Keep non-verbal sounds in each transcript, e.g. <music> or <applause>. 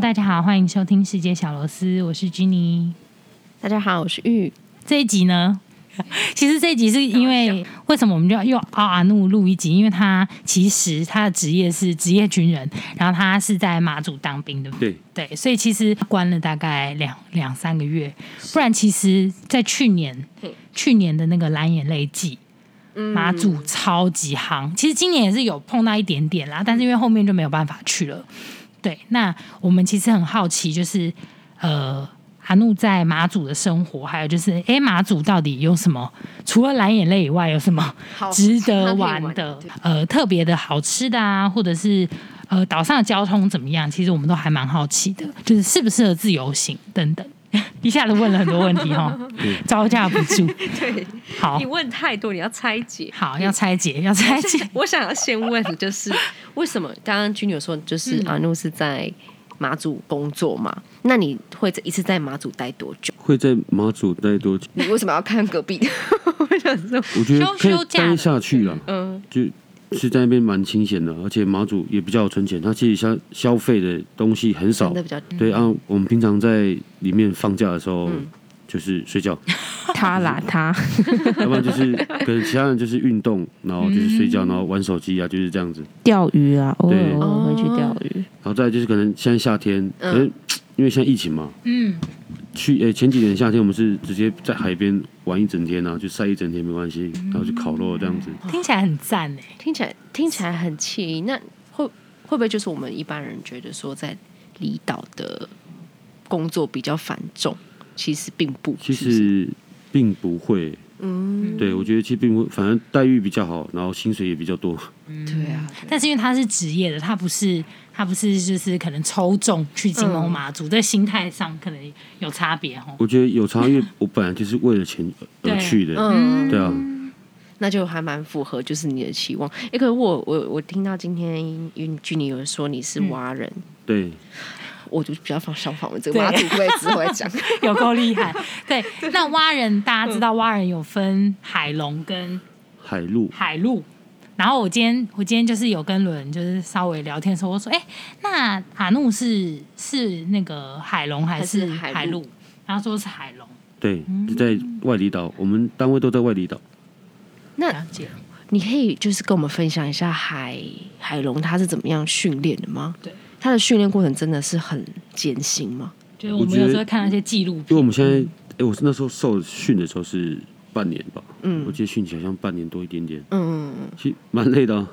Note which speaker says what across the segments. Speaker 1: 大家好，欢迎收听《世界小螺丝》，我是 Jenny。
Speaker 2: 大家好，我是玉。
Speaker 1: 这一集呢， <laughs> 其实这一集是因为为什么我们就要又嗷啊怒录一集？因为他其实他的职业是职业军人，然后他是在马祖当兵的，
Speaker 3: 对，
Speaker 1: 对，所以其实关了大概两两三个月，不然其实，在去年
Speaker 2: 嘿
Speaker 1: 去年的那个蓝眼泪季。马祖超级夯，其实今年也是有碰到一点点啦，但是因为后面就没有办法去了。对，那我们其实很好奇，就是呃，阿怒在马祖的生活，还有就是，哎、马祖到底有什么？除了蓝眼泪以外，有什么 <laughs>
Speaker 2: 好
Speaker 1: 值得玩
Speaker 2: 那可以
Speaker 1: 的
Speaker 2: 玩对？
Speaker 1: 呃，特别的好吃的啊，或者是呃，岛上的交通怎么样？其实我们都还蛮好奇的，就是适不适合自由行等 <laughs> 等。一下子问了很多问题哦，招架不住。
Speaker 2: <laughs> 对，
Speaker 1: 好
Speaker 2: 你问太多，你要拆解。
Speaker 1: 好，要拆解，要拆
Speaker 2: <laughs>
Speaker 1: 解。
Speaker 2: 我想要先问的就是， <laughs> 为什么刚刚君有说，就是阿怒是在马祖工作嘛？那你会一次在马祖待多久？
Speaker 3: 会在马祖待多久？
Speaker 2: 你为什么要看隔壁的？ <laughs> 我想说，
Speaker 3: 我觉得
Speaker 1: 休
Speaker 3: 可以
Speaker 1: 休假
Speaker 3: 待
Speaker 1: 了
Speaker 3: 下去了，
Speaker 2: 嗯，
Speaker 3: 就是在那边蛮清闲的，而且马祖也比较存钱，它其实消消费的东西
Speaker 2: 嗯
Speaker 3: 很
Speaker 2: 真
Speaker 3: 少
Speaker 2: 的。比较
Speaker 3: 对啊，我们平常在里面放假的时候。
Speaker 1: 嗯
Speaker 3: 就是睡觉， <laughs>
Speaker 2: 他啦，他
Speaker 3: 要不然就是可能其他人就是运动，然后就是睡
Speaker 1: 嗯
Speaker 3: 觉，然后玩手机啊，就是这样子。
Speaker 4: 钓鱼啊，偶
Speaker 3: 对
Speaker 4: 尔偶尔会去
Speaker 1: 哦
Speaker 4: 钓鱼。
Speaker 3: 然后再来就是可能现在夏天，可能因为现在疫情嘛，
Speaker 1: 嗯，
Speaker 3: 去诶、前几年夏天我们是直接在海边玩一整天啊，就晒一整天没关系，然后就烤肉这样子。
Speaker 1: 听起来很赞哎。
Speaker 2: 听起来听起来很惬意。那会会不会就是我们一般人觉得说，在离岛的工作比较繁重？其实并不，
Speaker 3: 其
Speaker 2: 是不是
Speaker 3: 实并不会，
Speaker 2: 嗯，
Speaker 3: 对我觉得其实并不会，反正待遇比较好，然后薪水也比较多。 <laughs>
Speaker 2: 对啊，
Speaker 1: 但是因为他是职业的，他不是他不是就是可能抽中去金龙马祖，在心态上可能有差别哦。 <laughs>
Speaker 3: 我觉得有差，因为我本来就是为了钱而
Speaker 1: 对
Speaker 3: 而去的，
Speaker 2: 嗯，
Speaker 3: 对啊，
Speaker 2: 那就还蛮符合就是你的期望。哎、可是我我我听到今天云居你有人说你是
Speaker 1: 嗯
Speaker 2: 蛙人，
Speaker 3: 对，
Speaker 2: 我就比较放相反，我这个
Speaker 1: 对
Speaker 2: 蛙主会只会
Speaker 1: <laughs>
Speaker 2: 讲，
Speaker 1: 有够厉害。对，那蛙人大家知道，蛙人有分海龙跟
Speaker 3: 海陆
Speaker 1: 海陆。然后我今天我今天就是有跟伦就是稍微聊天的时候，我说，哎，那阿怒是是那个海龙还是
Speaker 2: 还是
Speaker 1: 海
Speaker 2: 海陆
Speaker 1: 陆？然后说是海龙，
Speaker 3: 对，就在外离岛，我们单位都在外离岛。
Speaker 1: 了解。
Speaker 2: 你可以就是跟我们分享一下海海龙他是怎么样训练的吗？
Speaker 1: 对，
Speaker 2: 他的训练过程真的是很艰辛吗？
Speaker 1: 就是我
Speaker 3: 我
Speaker 1: 们
Speaker 3: 觉得
Speaker 1: 有时候会看到一些纪录
Speaker 3: 因为
Speaker 1: 片，
Speaker 3: 我们现在，哎，我是那时候受训的时候是半年吧，
Speaker 2: 嗯
Speaker 3: 我记得训起来好像半年多一点点，
Speaker 2: 嗯，
Speaker 3: 其实蛮累的啊，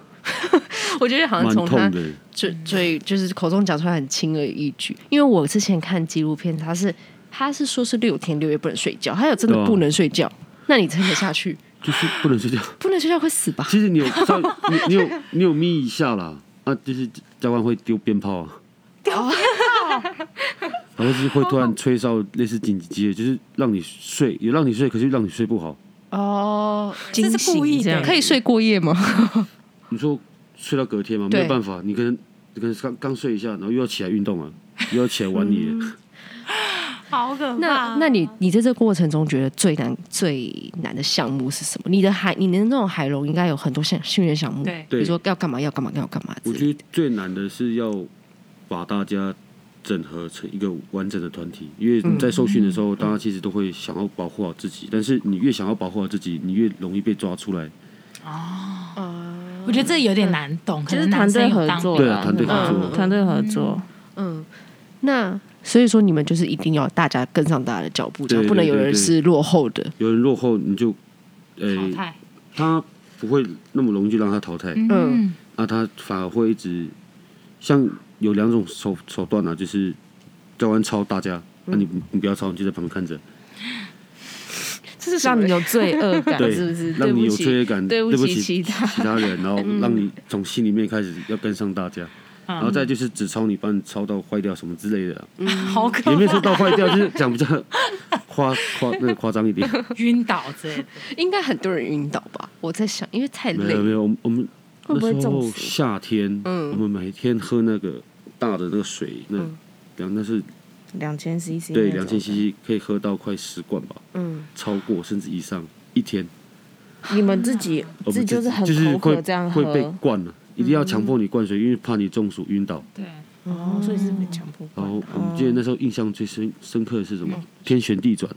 Speaker 2: 我觉得好像
Speaker 3: 蛮
Speaker 2: 从他
Speaker 3: 痛的。
Speaker 2: 最最就是口中讲出来很轻而易举，因为我之前看纪录片，他是他是说是六天六夜不能睡觉，他有真
Speaker 3: 对
Speaker 2: 的
Speaker 3: 啊
Speaker 2: 不能睡觉，那你撑得
Speaker 1: <laughs>
Speaker 2: 下去？
Speaker 3: 就是不能睡觉。
Speaker 2: 不能睡觉会死吧？
Speaker 3: 其实你有稍微你你有你有眯一下啦，啊，就是教官会丢鞭炮啊，丢鞭炮，然后就是会突然吹哨，类似紧急机的，就是让你睡，也让你睡，可是又让你睡不好。
Speaker 2: 哦，
Speaker 1: 是
Speaker 2: 惊
Speaker 1: 故意
Speaker 2: 醒
Speaker 1: 的
Speaker 2: 这样可以睡过夜吗？
Speaker 1: <laughs>
Speaker 3: 你说睡到隔天嘛，没
Speaker 2: 对
Speaker 3: 有办法，你可能你可能刚刚睡一下，然后又要起来运动啊，又要起来玩你了。
Speaker 2: 嗯
Speaker 1: 好可
Speaker 2: 那那你你在这过程中觉得最难最难的项目是什么？你的海，你的那种海龙应该有很多项训练项目，
Speaker 1: 对
Speaker 2: 比如说要干嘛要干嘛要干嘛之
Speaker 3: 我
Speaker 2: 类的。
Speaker 3: 觉得最难的是要把大家整合成一个完整的团体，因为
Speaker 4: 嗯
Speaker 3: 你在受训的时候，大家其实都会想要保护好自己，但是你越想要保护好自己，你越容易被抓出来。
Speaker 1: 我觉得这有点难懂，可
Speaker 4: 就是
Speaker 1: 能男
Speaker 4: 团
Speaker 1: 生
Speaker 4: 队
Speaker 1: 有
Speaker 4: 合
Speaker 1: 当
Speaker 4: 作
Speaker 1: 兵
Speaker 3: 对啊团队合作
Speaker 4: 嗯团队合作。
Speaker 2: 嗯，那所以说你们就是一定要大家跟上大家的脚步，这样
Speaker 3: 对
Speaker 2: 不能有
Speaker 3: 对
Speaker 2: 人
Speaker 3: 对
Speaker 2: 是落后的。
Speaker 3: 有人落后，你就，呃、
Speaker 4: 嗯
Speaker 1: 淘汰，
Speaker 3: 他不会那么容易就让他淘汰，
Speaker 1: 嗯
Speaker 2: 嗯，
Speaker 3: 那、他反而会一直像有两种手手段啊，就是教官抄大家，那、
Speaker 4: 嗯
Speaker 3: 你你不要抄，你就在旁边看着，
Speaker 2: 这是
Speaker 4: 让你有
Speaker 1: 嗯
Speaker 4: 罪
Speaker 1: <laughs>
Speaker 4: 恶感，
Speaker 3: 对，
Speaker 4: 啊是不是？对
Speaker 3: 让你
Speaker 4: 不
Speaker 3: 有罪
Speaker 4: 起，
Speaker 3: 恶感，
Speaker 4: 对
Speaker 3: 对
Speaker 4: 不
Speaker 2: <laughs>
Speaker 3: 不
Speaker 4: 起
Speaker 3: 起
Speaker 4: 其他
Speaker 3: 其他人，
Speaker 4: <laughs>
Speaker 3: 然后
Speaker 4: 嗯
Speaker 3: 让你从心里面开始要跟上大家，然后再就是只抄你，把你抄到坏掉什么之类的啊，
Speaker 4: 嗯
Speaker 1: 好可
Speaker 3: 也没有说到坏掉，就是讲比较 <laughs> 夸夸那个夸张一
Speaker 4: <laughs>
Speaker 3: 点。
Speaker 1: 晕倒之类的。
Speaker 2: 应该很多人晕倒吧？我在想，因为太
Speaker 3: 没
Speaker 2: 累
Speaker 3: 有没
Speaker 2: 了。
Speaker 3: 有，我们我们
Speaker 4: 会不会
Speaker 3: 那时
Speaker 4: 中
Speaker 3: 候
Speaker 4: 暑
Speaker 3: 夏天，
Speaker 2: 嗯
Speaker 3: 我们每天喝那个大的那个水，那两那是
Speaker 4: 嗯两千 CC
Speaker 3: 对两千。cc 可以喝到快十罐吧，
Speaker 2: 嗯，
Speaker 3: 超过甚至以上一天，
Speaker 4: 你们自己
Speaker 3: 我
Speaker 4: 自己
Speaker 3: 们
Speaker 4: 就是很
Speaker 3: 就是
Speaker 4: 口
Speaker 3: 会
Speaker 4: 渴这样
Speaker 3: 会被啊
Speaker 4: 喝，嗯
Speaker 3: 灌了，一定要强迫你灌水，因为怕你中暑晕倒。
Speaker 1: 对，
Speaker 4: 哦，所以是被强迫
Speaker 3: 然
Speaker 4: 关
Speaker 3: 后
Speaker 4: 的。
Speaker 3: 哦我们记得那时候印象最深深刻的是什么？天旋地转。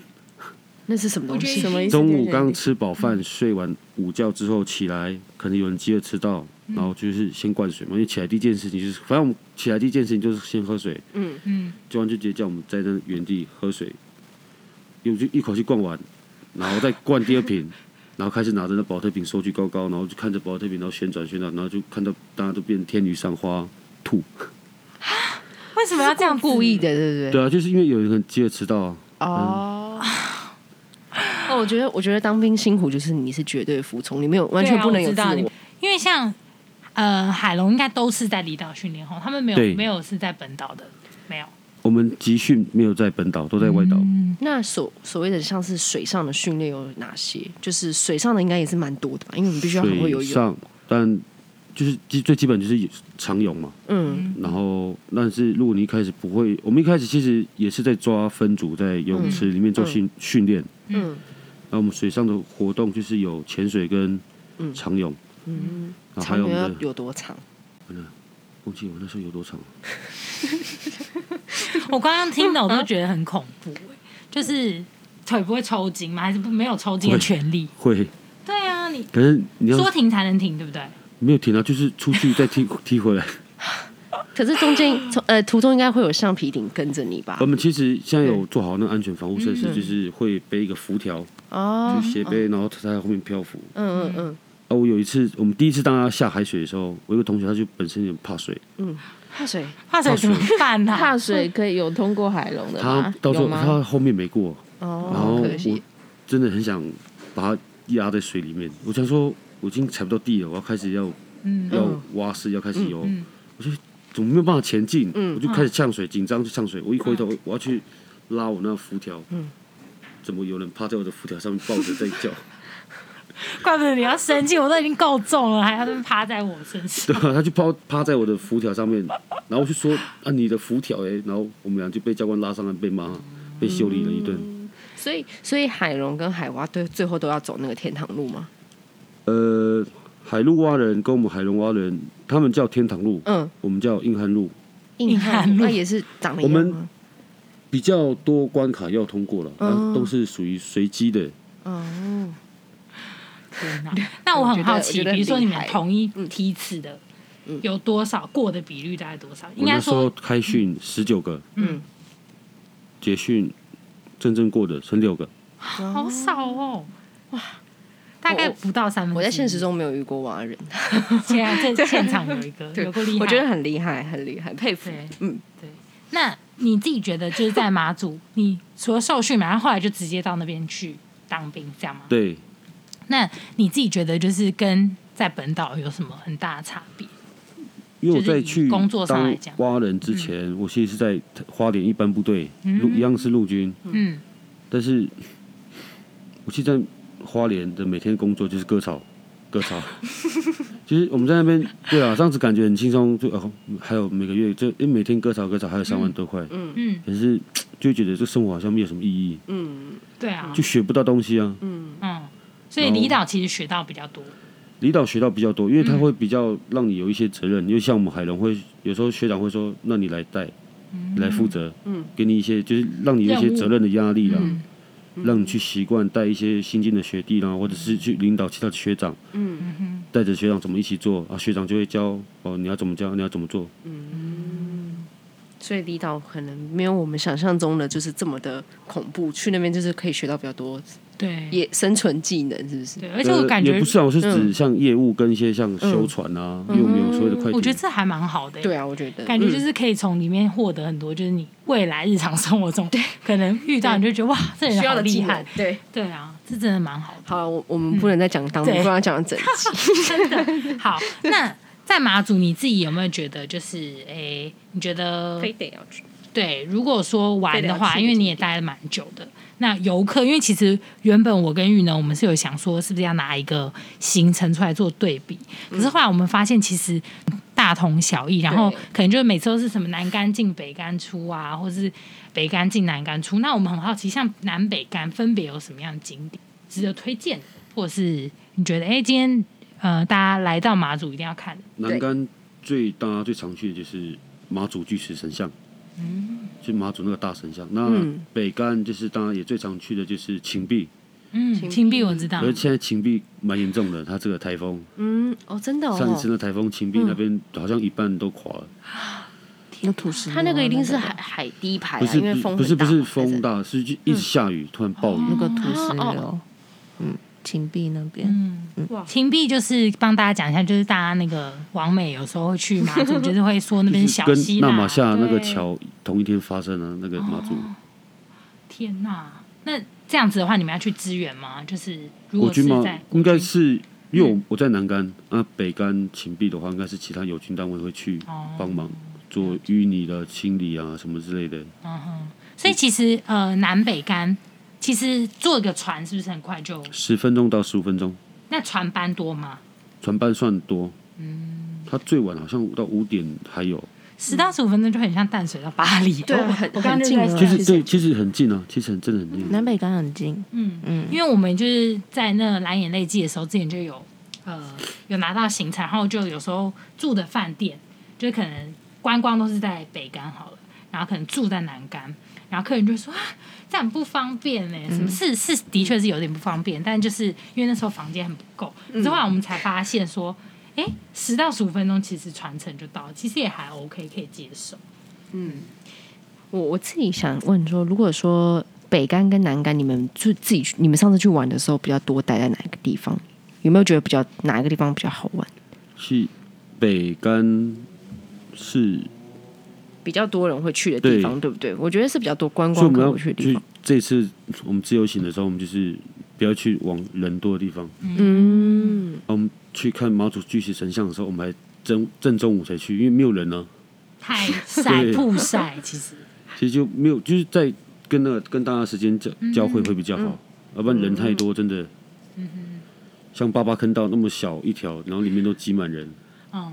Speaker 2: 那是什么东
Speaker 1: 我觉得
Speaker 2: 西？
Speaker 1: 什
Speaker 4: 什么意思？
Speaker 3: 中午刚吃饱饭，睡完午觉之后起来，可能有人饥饿迟到，然后就是先灌水嘛。因为起来第一件事情就是，反正我们起来第一件事情就是先喝水。
Speaker 2: 嗯
Speaker 1: 嗯，
Speaker 3: 教官就直接叫我们在那原地喝水，因为我就一口气灌完，然后再灌第二瓶，然后开始拿着那保特瓶收据高高，然后就看着保特瓶，然后旋转旋转，然后就看到大家都变天女散花吐。
Speaker 1: 为什么要这样
Speaker 2: 故意
Speaker 1: 的？
Speaker 2: 的，对不对？
Speaker 3: 对啊，就是因为有人很饥饿迟到啊。
Speaker 2: 哦。 <laughs> 那我觉得，我觉得当兵辛苦，就是你是绝对服从，你没有完全不能有自
Speaker 1: 对啊我知
Speaker 2: 我
Speaker 1: 道。因为像呃海龙应该都是在离岛训练后，他们没
Speaker 3: 对
Speaker 1: 有没有是在本岛的，没有。嗯
Speaker 3: 我们集训没有在本岛，都在外岛。
Speaker 2: 嗯那所所谓的像是水上的训练有哪些？就是水上的应该也是蛮多的吧，因为你必须要很会游
Speaker 3: 水
Speaker 2: 泳。
Speaker 3: 上，但就是基最基本就是常泳嘛。
Speaker 2: 嗯
Speaker 3: 然后，但是如果你一开始不会，我们一开始其实也是在抓分组，在游泳池里面做训训练。
Speaker 2: 嗯
Speaker 3: 那我们水上的活动就是有潜水跟长泳，
Speaker 2: 嗯，
Speaker 3: 然后啊还
Speaker 2: 长
Speaker 3: 有
Speaker 2: 泳
Speaker 3: 我
Speaker 2: 要
Speaker 3: 们的，
Speaker 2: 有多长？
Speaker 3: 忘记我那时候有多长了，
Speaker 1: 我刚刚听的我都觉得很恐
Speaker 4: 嗯
Speaker 1: 怖、欸，就是腿不会抽筋吗？还是不没有抽筋的权利？
Speaker 3: 会，
Speaker 1: 对啊，你
Speaker 3: 可是你要
Speaker 1: 说停才能停，对不对？
Speaker 3: 没有停啊，就是出去再踢踢回
Speaker 2: <laughs>
Speaker 3: 来。
Speaker 2: 可是中间从呃途中应该会有橡皮艇跟着你吧
Speaker 3: 我？们其实现在有做好那个安全防护设施，就是会背一个浮条，
Speaker 2: 嗯哦，
Speaker 3: 就斜背，然后它在后面漂浮。
Speaker 2: 嗯嗯嗯，
Speaker 3: 啊，我有一次，我们第一次当他下海水的时候，我有一个同学他就本身有点怕水，
Speaker 2: 怕水
Speaker 1: 怕水怎么办啊呢、
Speaker 4: 怕水可以有通过海龙的
Speaker 3: 他
Speaker 4: 吗？
Speaker 3: 到时
Speaker 4: 有
Speaker 3: 候
Speaker 4: 吗？
Speaker 3: 他后面没过，然后
Speaker 2: 哦，可
Speaker 3: 我
Speaker 2: 惜。
Speaker 3: 真的很想把他压在水里面。我想说，我已经踩不到地了，我要开始要
Speaker 1: 嗯
Speaker 3: 要蛙式，要开始游
Speaker 1: 嗯，
Speaker 3: 我就怎么没有办法前进，
Speaker 2: 嗯
Speaker 3: 我就开始呛水，紧张就呛水。我一回头，我要去拉我那浮条，怎么有人趴在我的浮条上面抱着在叫？
Speaker 1: 怪不得你要生气，我都已经够重了，还要这么趴在我身上。
Speaker 3: 对啊，他 <laughs> 就趴趴在我的浮条上面，然后我就说啊你的浮条哎、然后我们俩就被教官拉上来被骂，被修理了一顿。
Speaker 2: 所以所以海龙跟海蛙对最后都要走那个天堂路吗？嗯
Speaker 3: 呃，海陆蛙人跟我们海龙蛙人，他们叫天堂路，
Speaker 2: 嗯，
Speaker 3: 我们叫硬汉路，
Speaker 2: 硬汉
Speaker 1: 硬汉路
Speaker 2: 那也是长得一
Speaker 3: 我
Speaker 2: 样
Speaker 3: 们
Speaker 2: 吗？
Speaker 3: 比较多关卡要通过了，但都是属于随机的。
Speaker 2: 哦，
Speaker 1: 天哪 <laughs> 那我很好奇，
Speaker 4: 我觉得我觉得很
Speaker 1: 比如说你们
Speaker 4: 厉害
Speaker 1: 同一梯次的。有多少过的比率大概多少？应
Speaker 3: 我
Speaker 1: 该
Speaker 3: 那时候
Speaker 1: 说
Speaker 3: 开训十九个，
Speaker 2: 嗯，
Speaker 3: 结训真正过的剩六个，
Speaker 1: 好少哦，哇，大概
Speaker 2: 我
Speaker 1: 不到三分之一。
Speaker 2: 我在现实中没有遇过蛙人，
Speaker 1: <laughs>
Speaker 2: <laughs>
Speaker 1: 现在这现场有一个，有够厉害。
Speaker 2: 我觉得嗯很厉害，很厉害，佩服。
Speaker 1: 对，
Speaker 2: 嗯，
Speaker 1: 对。那你自己觉得就是在马祖，你除了受训嘛，然后后来就直接到那边去当兵，这样吗？
Speaker 3: 对，
Speaker 1: 那你自己觉得就是跟在本岛有什么很大的差别？
Speaker 3: 因为我
Speaker 1: 就是
Speaker 3: 在
Speaker 1: 以
Speaker 3: 去
Speaker 1: 工作上来
Speaker 3: 当
Speaker 1: 讲
Speaker 3: 蛙人之前，
Speaker 2: 嗯
Speaker 3: 我其实是在花莲一般部队，陆、一样是陆军，
Speaker 1: 嗯，
Speaker 3: 但是我记得在花莲的每天工作就是割草，
Speaker 2: <laughs>
Speaker 3: 割草。其实我们在那边，对啊，上次感觉很轻松，就哦，还有每个月就因为每天割草割草，还有三万多块，
Speaker 2: 嗯
Speaker 1: 嗯
Speaker 3: 可是就会觉得这生活好像没有什么意义，
Speaker 2: 嗯
Speaker 1: 对啊
Speaker 3: 就，学不到东西啊。
Speaker 2: 嗯，
Speaker 1: 嗯，所以离岛其实学到比较多，
Speaker 3: 离岛学到比较多，因为
Speaker 1: 嗯
Speaker 3: 他会比较让你有一些责任，因为像我们海龙会有时候学长会说，那你来带，你来负责，
Speaker 2: 嗯
Speaker 3: 给你一些就是让你有一些
Speaker 1: 任务
Speaker 3: 责任的压力啦，啊
Speaker 1: 嗯
Speaker 3: 让你去习惯带一些新进的学弟啦，或者是去领导其他的学长，
Speaker 1: 嗯哼，
Speaker 3: 带着学长怎么一起做啊，学长就会教哦，你要怎么教，你要怎么做，
Speaker 2: 所以离岛可能没有我们想象中的就是这么的恐怖，去那边就是可以学到比较多
Speaker 1: 对，
Speaker 2: 也生存技能，是不是？
Speaker 1: 对，而且我
Speaker 3: 呃
Speaker 1: 感觉
Speaker 3: 也不，是啊，我是指
Speaker 2: 嗯
Speaker 3: 像业务跟一些像修船啊，因为我们有所谓的快艇，
Speaker 1: 嗯我觉得这还蛮好的、
Speaker 2: 对。啊，我觉得
Speaker 1: 感觉
Speaker 3: 嗯
Speaker 1: 就是可以从里面获得很多，就是你未来日常生活中可能遇到，你就觉得哇，这
Speaker 2: 嗯
Speaker 1: 人
Speaker 2: 需要
Speaker 1: 好
Speaker 2: 的技
Speaker 1: 厉
Speaker 2: 能
Speaker 1: 害，。
Speaker 2: 对，嗯
Speaker 1: 对啊，这真的蛮好的。
Speaker 2: 好，我我们不能再讲当兵，
Speaker 1: 对
Speaker 2: 不然讲整 <laughs> 集。
Speaker 1: 好，那在马祖你自己有没有觉得就是诶、你觉得
Speaker 2: 得要去，
Speaker 1: 对？如果说玩的
Speaker 2: 非得要去
Speaker 1: 话，
Speaker 2: 的
Speaker 1: 因为你也待了蛮久的，那游客，因为其实原本我跟玉呢，我们是有想说是不是要拿一个行程出来做对比，可是后来我们发现其实。大同小异，然后可能就是每次都是什么南干进北干出啊，或是北干进南干出。那我们很好奇，像南北干分别有什么样的景点值得推荐，或是你觉得哎、诶今天呃大家来到马祖一定要看的
Speaker 3: 南竿最大家最常去的就是马祖巨石神像，嗯，就马祖那个大神像。那
Speaker 2: 嗯
Speaker 3: 北干就是当然也最常去的就是芹壁，
Speaker 1: 嗯，
Speaker 2: 秦
Speaker 1: 青碧
Speaker 2: 碧
Speaker 1: 我知道
Speaker 3: 而，现在芹壁蛮严重的，它这个台风，
Speaker 2: 嗯，哦，真的
Speaker 3: 上一次
Speaker 2: 哦，
Speaker 3: 的台风芹壁那边好像一半都垮了，
Speaker 4: 那土石，
Speaker 2: 啊它那个一定是海海第一排
Speaker 3: 不
Speaker 2: 啊，
Speaker 3: 是
Speaker 2: 因为风
Speaker 3: 不是
Speaker 2: 很大
Speaker 3: 不是
Speaker 2: 嘛还
Speaker 3: 风大，是就一直下雨，突然暴雨。
Speaker 4: 那个土石
Speaker 2: 哦
Speaker 4: 流，嗯，秦壁那边，
Speaker 1: 嗯
Speaker 2: 哇，
Speaker 1: 青碧就是帮大家讲一下，就是大家那个王美有时候会去马祖，就是会说那边
Speaker 3: 就是
Speaker 1: 小
Speaker 3: 跟
Speaker 1: 溪啊
Speaker 3: 纳
Speaker 1: 啦
Speaker 3: 马夏那
Speaker 2: 对
Speaker 3: 个
Speaker 2: 哦
Speaker 3: 桥同一天发生啊，那个马祖，
Speaker 1: 天哪，那这样子的话，你们要去支援吗？就是如
Speaker 3: 国
Speaker 1: 果是
Speaker 3: 军吗
Speaker 1: 在？嗯
Speaker 3: 应该是，因为我我在南干啊，北干、秦壁的话，应该是其他友军单位会去
Speaker 1: 哦
Speaker 3: 帮忙做淤泥的清理啊，什么之类的。
Speaker 1: 嗯所以其实呃，南北干其实坐一个船是不是很快就？
Speaker 3: 十分钟到十五分钟，
Speaker 1: 那船班多吗？
Speaker 3: 船班算多。
Speaker 1: 嗯
Speaker 3: 他最晚好像到五点还有，
Speaker 1: 十到十五分钟就很像淡水到巴黎。
Speaker 2: 对，啊
Speaker 1: 哦
Speaker 2: 很
Speaker 4: 我
Speaker 2: 我刚刚
Speaker 4: 很
Speaker 2: 就
Speaker 4: 近
Speaker 2: 在
Speaker 4: 了
Speaker 3: 其
Speaker 2: 想
Speaker 3: 实对，其实很近啊，其实很真的很近。
Speaker 4: 南北港很近，
Speaker 1: 嗯
Speaker 4: 嗯
Speaker 1: 因为我们就是在那蓝眼泪季的时候，之前就有呃有拿到行程，然后就有时候住的饭店，就是可能观光都是在北干好了，然后可能住在南干，然后客人就说啊这样很不方便呢、什么是是的确是有点不方便，但就是因为那时候房间很不够，之后来我们才发现说。哎，十到十五分钟其实传承就到了，其实也还 OK，可以接受。
Speaker 2: 我我自己想问说，如果说北干跟南干，你们就自己去，你们上次去玩的时候比较多待在哪一个地方？有没有觉得比较哪一个地方比较好玩？
Speaker 3: 去北干是
Speaker 2: 比较多人会去的地方，对
Speaker 3: 对
Speaker 2: 不对？我觉得是比较多观
Speaker 3: 所
Speaker 2: 光
Speaker 3: 以我们
Speaker 2: 客
Speaker 3: 要
Speaker 2: 会去的地
Speaker 3: 去
Speaker 2: 方。
Speaker 3: 这次我们自由行的时候，我们就是不要去往人多的地方。啊
Speaker 2: 嗯，
Speaker 3: 我们去看马祖巨石神像的时候，我们还正正中午才去，因为没有人啊呢、
Speaker 1: 太晒
Speaker 3: 对
Speaker 1: 曝晒，其实
Speaker 3: 其实就没有，就是在跟那个跟大家时间交
Speaker 1: 嗯
Speaker 3: 交汇会比较好，啊要不然人太多真的。
Speaker 1: 嗯
Speaker 3: 像八八坑道那么小一条，然后里面都挤满人，
Speaker 1: 哦，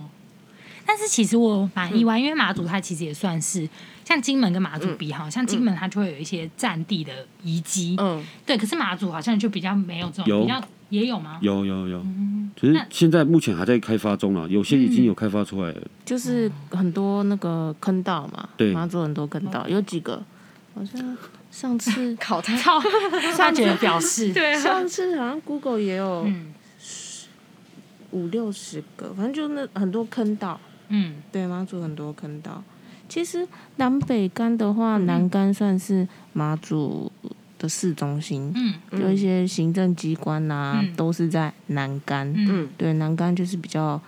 Speaker 1: 但是其实我蛮意外，因为马祖它其实也算是像金门跟马祖比好，像金门它就会有一些战地的遗迹，
Speaker 2: 嗯，
Speaker 1: 对。可是马祖好像就比较没有这种，
Speaker 3: 有
Speaker 1: 比较也有吗？
Speaker 3: 有有有，
Speaker 1: 嗯
Speaker 3: 只是现在目前还在开发中了，有些已经有开发出来了。
Speaker 1: 嗯
Speaker 4: 就是很多那个坑道嘛，
Speaker 3: 对
Speaker 4: 马祖很多坑道，有几个好像上
Speaker 1: <laughs>
Speaker 4: 次
Speaker 2: 考他
Speaker 1: 超发觉表示，对，
Speaker 4: 上次好像 Google 也有
Speaker 1: 嗯
Speaker 4: 五六十个，反正就那很多坑道，
Speaker 1: 嗯
Speaker 4: 对，马祖很多坑道。其实南北干的话，
Speaker 1: 嗯
Speaker 4: 南干算是马祖的市中心，
Speaker 1: 嗯
Speaker 4: 有一些行政机关呐、
Speaker 1: 嗯
Speaker 4: 都是在南干，
Speaker 1: 嗯
Speaker 4: 对，南干就是比较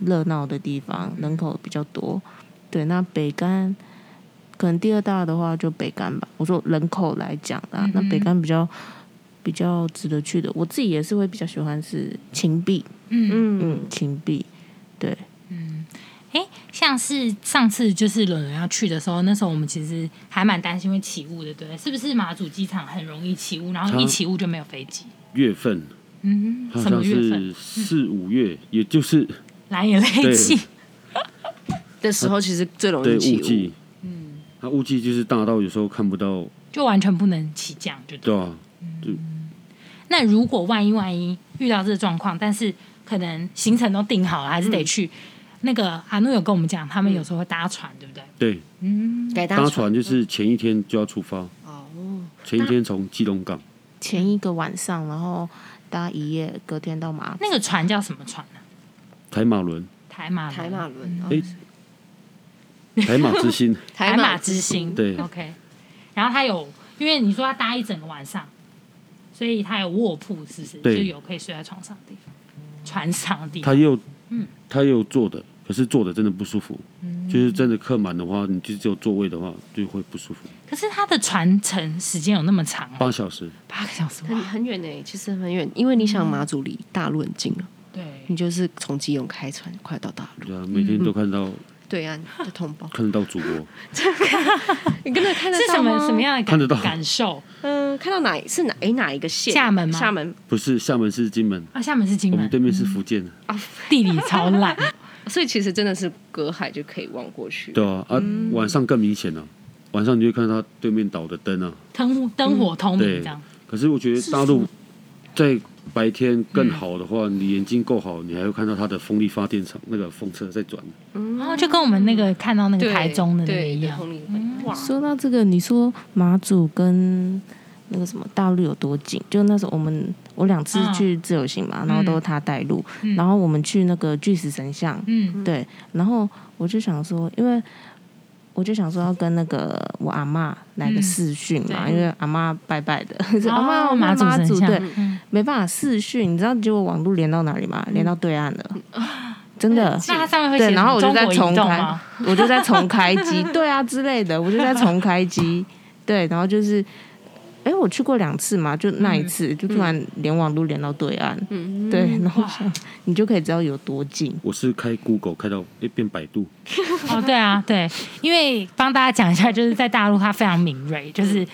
Speaker 4: 热闹的地方，
Speaker 1: 嗯
Speaker 4: 人口比较多。对，那北干可能第二大的话就北干吧。我说人口来讲啦，那北
Speaker 1: 嗯哼
Speaker 4: 干比较比较值得去的。我自己也是会比较喜欢是秦壁，
Speaker 1: 嗯
Speaker 4: 嗯，秦壁，对，
Speaker 1: 哎，像是上次就是伦伦要去的时候，那时候我们其实还蛮担心会起雾的，对不对，是不是马祖机场很容易起雾，然后一
Speaker 3: 它
Speaker 1: 起雾就没有飞机？
Speaker 3: 月份
Speaker 1: 嗯，
Speaker 3: 好
Speaker 1: 什么
Speaker 3: 像
Speaker 1: 月份？
Speaker 3: 是四五月，也就是
Speaker 1: 蓝眼泪
Speaker 3: 对
Speaker 1: 季，
Speaker 2: 的时候其实最容
Speaker 3: 对
Speaker 2: 易
Speaker 3: 雾
Speaker 2: 起雾。
Speaker 3: 季，嗯，它雾季就是大到有时候看不到，
Speaker 1: 就完全不能起降，就对了。
Speaker 3: 对吧、
Speaker 1: 那如果万一万一遇到这个状况，但是可能行程都定好了，还是得去。那个阿诺有跟我们讲，他们有时候会搭船，对不对？
Speaker 3: 对，
Speaker 2: 改搭
Speaker 3: 搭船就是前一天就要出发，
Speaker 2: 哦，
Speaker 3: 前一天从基隆港，
Speaker 4: 前一个晚上，然后搭一夜，隔天到马祖。
Speaker 1: 那个船叫什么船呢、
Speaker 3: 台马轮，
Speaker 1: 台马轮
Speaker 2: 台马轮，哦
Speaker 3: 哎、台马之星，
Speaker 1: 台马之
Speaker 2: 之
Speaker 1: 星。
Speaker 3: 对
Speaker 1: ，OK。然后他有，因为你说他搭一整个晚上，所以他有卧铺，是不是？就
Speaker 3: 对
Speaker 1: 是有可以睡在床上的地方，船上的地
Speaker 3: 它
Speaker 1: 方。
Speaker 3: 也有，它也有坐的，可是坐的真的不舒服，就是真的客满的话，你就只有座位的话就会不舒服，
Speaker 1: 可是他的船程时间有那么长、哦，
Speaker 3: 八小时，
Speaker 1: 八个小时哇
Speaker 2: 很很远呢，其实很远，因为你想马祖离大陆很近啊，
Speaker 1: 对
Speaker 2: 你，就是从基隆开船快到大陆，
Speaker 3: 对啊，每天都看到，
Speaker 2: 对
Speaker 1: 啊
Speaker 2: 岸的同胞
Speaker 3: 看得到祖国，
Speaker 2: <laughs> 你跟他看得
Speaker 1: 是什
Speaker 2: 到
Speaker 1: 么
Speaker 2: 吗？
Speaker 1: 什么样的
Speaker 3: 看得
Speaker 1: 感
Speaker 3: 到
Speaker 1: 感受？
Speaker 2: 啊嗯，看到哪是哪哎哪一个县？
Speaker 1: 厦门吗
Speaker 2: 厦门
Speaker 3: 不是厦门是金门，
Speaker 1: 啊，厦门是金
Speaker 3: 我们
Speaker 1: 门，
Speaker 3: 对 <laughs> 面是福建，
Speaker 2: 啊
Speaker 1: 地理超烂。
Speaker 2: 所以其实真的是隔海就可以望过去。
Speaker 3: 对啊，啊晚上更明显了，晚上你会看到它对面岛的灯啊，
Speaker 4: 嗯
Speaker 1: 灯灯火通明这样。
Speaker 3: 可是我觉得大陆在白天更好的
Speaker 1: 嗯
Speaker 3: 话，你眼睛够好，你还会看到它的风力发电厂那个风车在转。
Speaker 1: 然哦后就跟我们那个看到那个
Speaker 2: 对
Speaker 1: 台中的那个
Speaker 2: 嗯对
Speaker 1: 一样，嗯
Speaker 2: 红领会哇，
Speaker 4: 说到这个，你说马祖跟那个什么大陆有多近？就那时候我们我两次
Speaker 1: 嗯
Speaker 4: 去自由行嘛，然后都是他带路，然后我们去那个巨石神像，
Speaker 1: 嗯
Speaker 4: 对，然后我就想说，因为我就想说要跟那个我阿嬷来个
Speaker 1: 嗯
Speaker 4: 视讯嘛，
Speaker 1: 对
Speaker 4: 因为阿嬷拜拜的， <laughs> 是阿嬷
Speaker 1: 哦
Speaker 4: 我
Speaker 1: 马
Speaker 4: 妈
Speaker 1: 祖
Speaker 4: 妈
Speaker 1: 神
Speaker 4: 祖
Speaker 1: 像
Speaker 4: 对，
Speaker 1: 嗯
Speaker 4: 没办法视讯，你知道结果网络连到哪里吗？连到对岸了，真 <laughs> 的。
Speaker 1: 那它上面会
Speaker 4: 对，
Speaker 1: 写
Speaker 4: 然后我就
Speaker 1: 中
Speaker 4: 再
Speaker 1: 国移
Speaker 4: 重
Speaker 1: 动
Speaker 4: 开
Speaker 1: 吗？，
Speaker 4: 我就再重开机，对啊之类的，我就再重开机，对，然后就是，哎，我去过两次嘛，就那一次，就突然连网络连到对岸，
Speaker 2: 嗯
Speaker 4: 对，然后
Speaker 1: 哇
Speaker 4: 你就可以知道有多近，
Speaker 3: 我是开 Google 开到诶变百度，
Speaker 1: 哦，对啊，对，因为帮大家讲一下，就是在大陆它非常敏锐，就是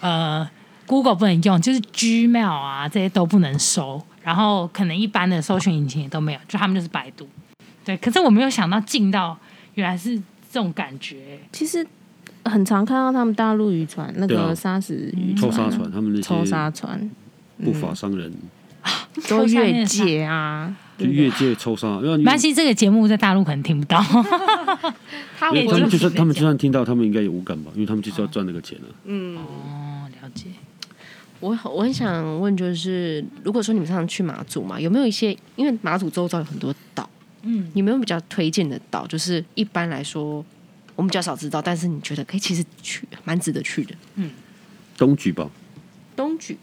Speaker 1: 呃，Google 不能用，就是 Gmail 啊这些都不能收，然后可能一般的搜寻引擎也都没有，就他们就是百度。对，可是我没有想到进到原来是这种感觉，
Speaker 4: 其实很常看到他们大陆渔船那
Speaker 3: 对
Speaker 4: 个
Speaker 3: 啊
Speaker 4: 沙石渔
Speaker 1: 嗯
Speaker 3: 抽
Speaker 4: 船啊、
Speaker 3: 沙船，他们那
Speaker 4: 抽沙
Speaker 3: 些
Speaker 4: 船
Speaker 3: 不法商人
Speaker 4: 都
Speaker 1: 下面
Speaker 4: 越
Speaker 1: 的沙
Speaker 4: 界啊，
Speaker 3: 就越界抽沙，因为
Speaker 1: 没
Speaker 3: 你
Speaker 4: 嗯
Speaker 1: 关系，这个节目在大陆可能听不到。 <laughs>
Speaker 2: 他
Speaker 3: 因为他们就算他们就
Speaker 2: 我
Speaker 3: 算听到，他们应该也无感吧，因为他们就是要赚那个钱啊。
Speaker 2: 嗯
Speaker 1: 哦，了解。
Speaker 2: 我我很想问，就是如果说你们上次去马祖嘛，有没有一些因为马祖周遭有很多岛，
Speaker 1: 嗯，
Speaker 2: 你们有比较推荐的岛？就是一般来说我们比较少知道，但是你觉得可以其实去蛮值得去的。
Speaker 3: 东莒吧，
Speaker 2: 东莒，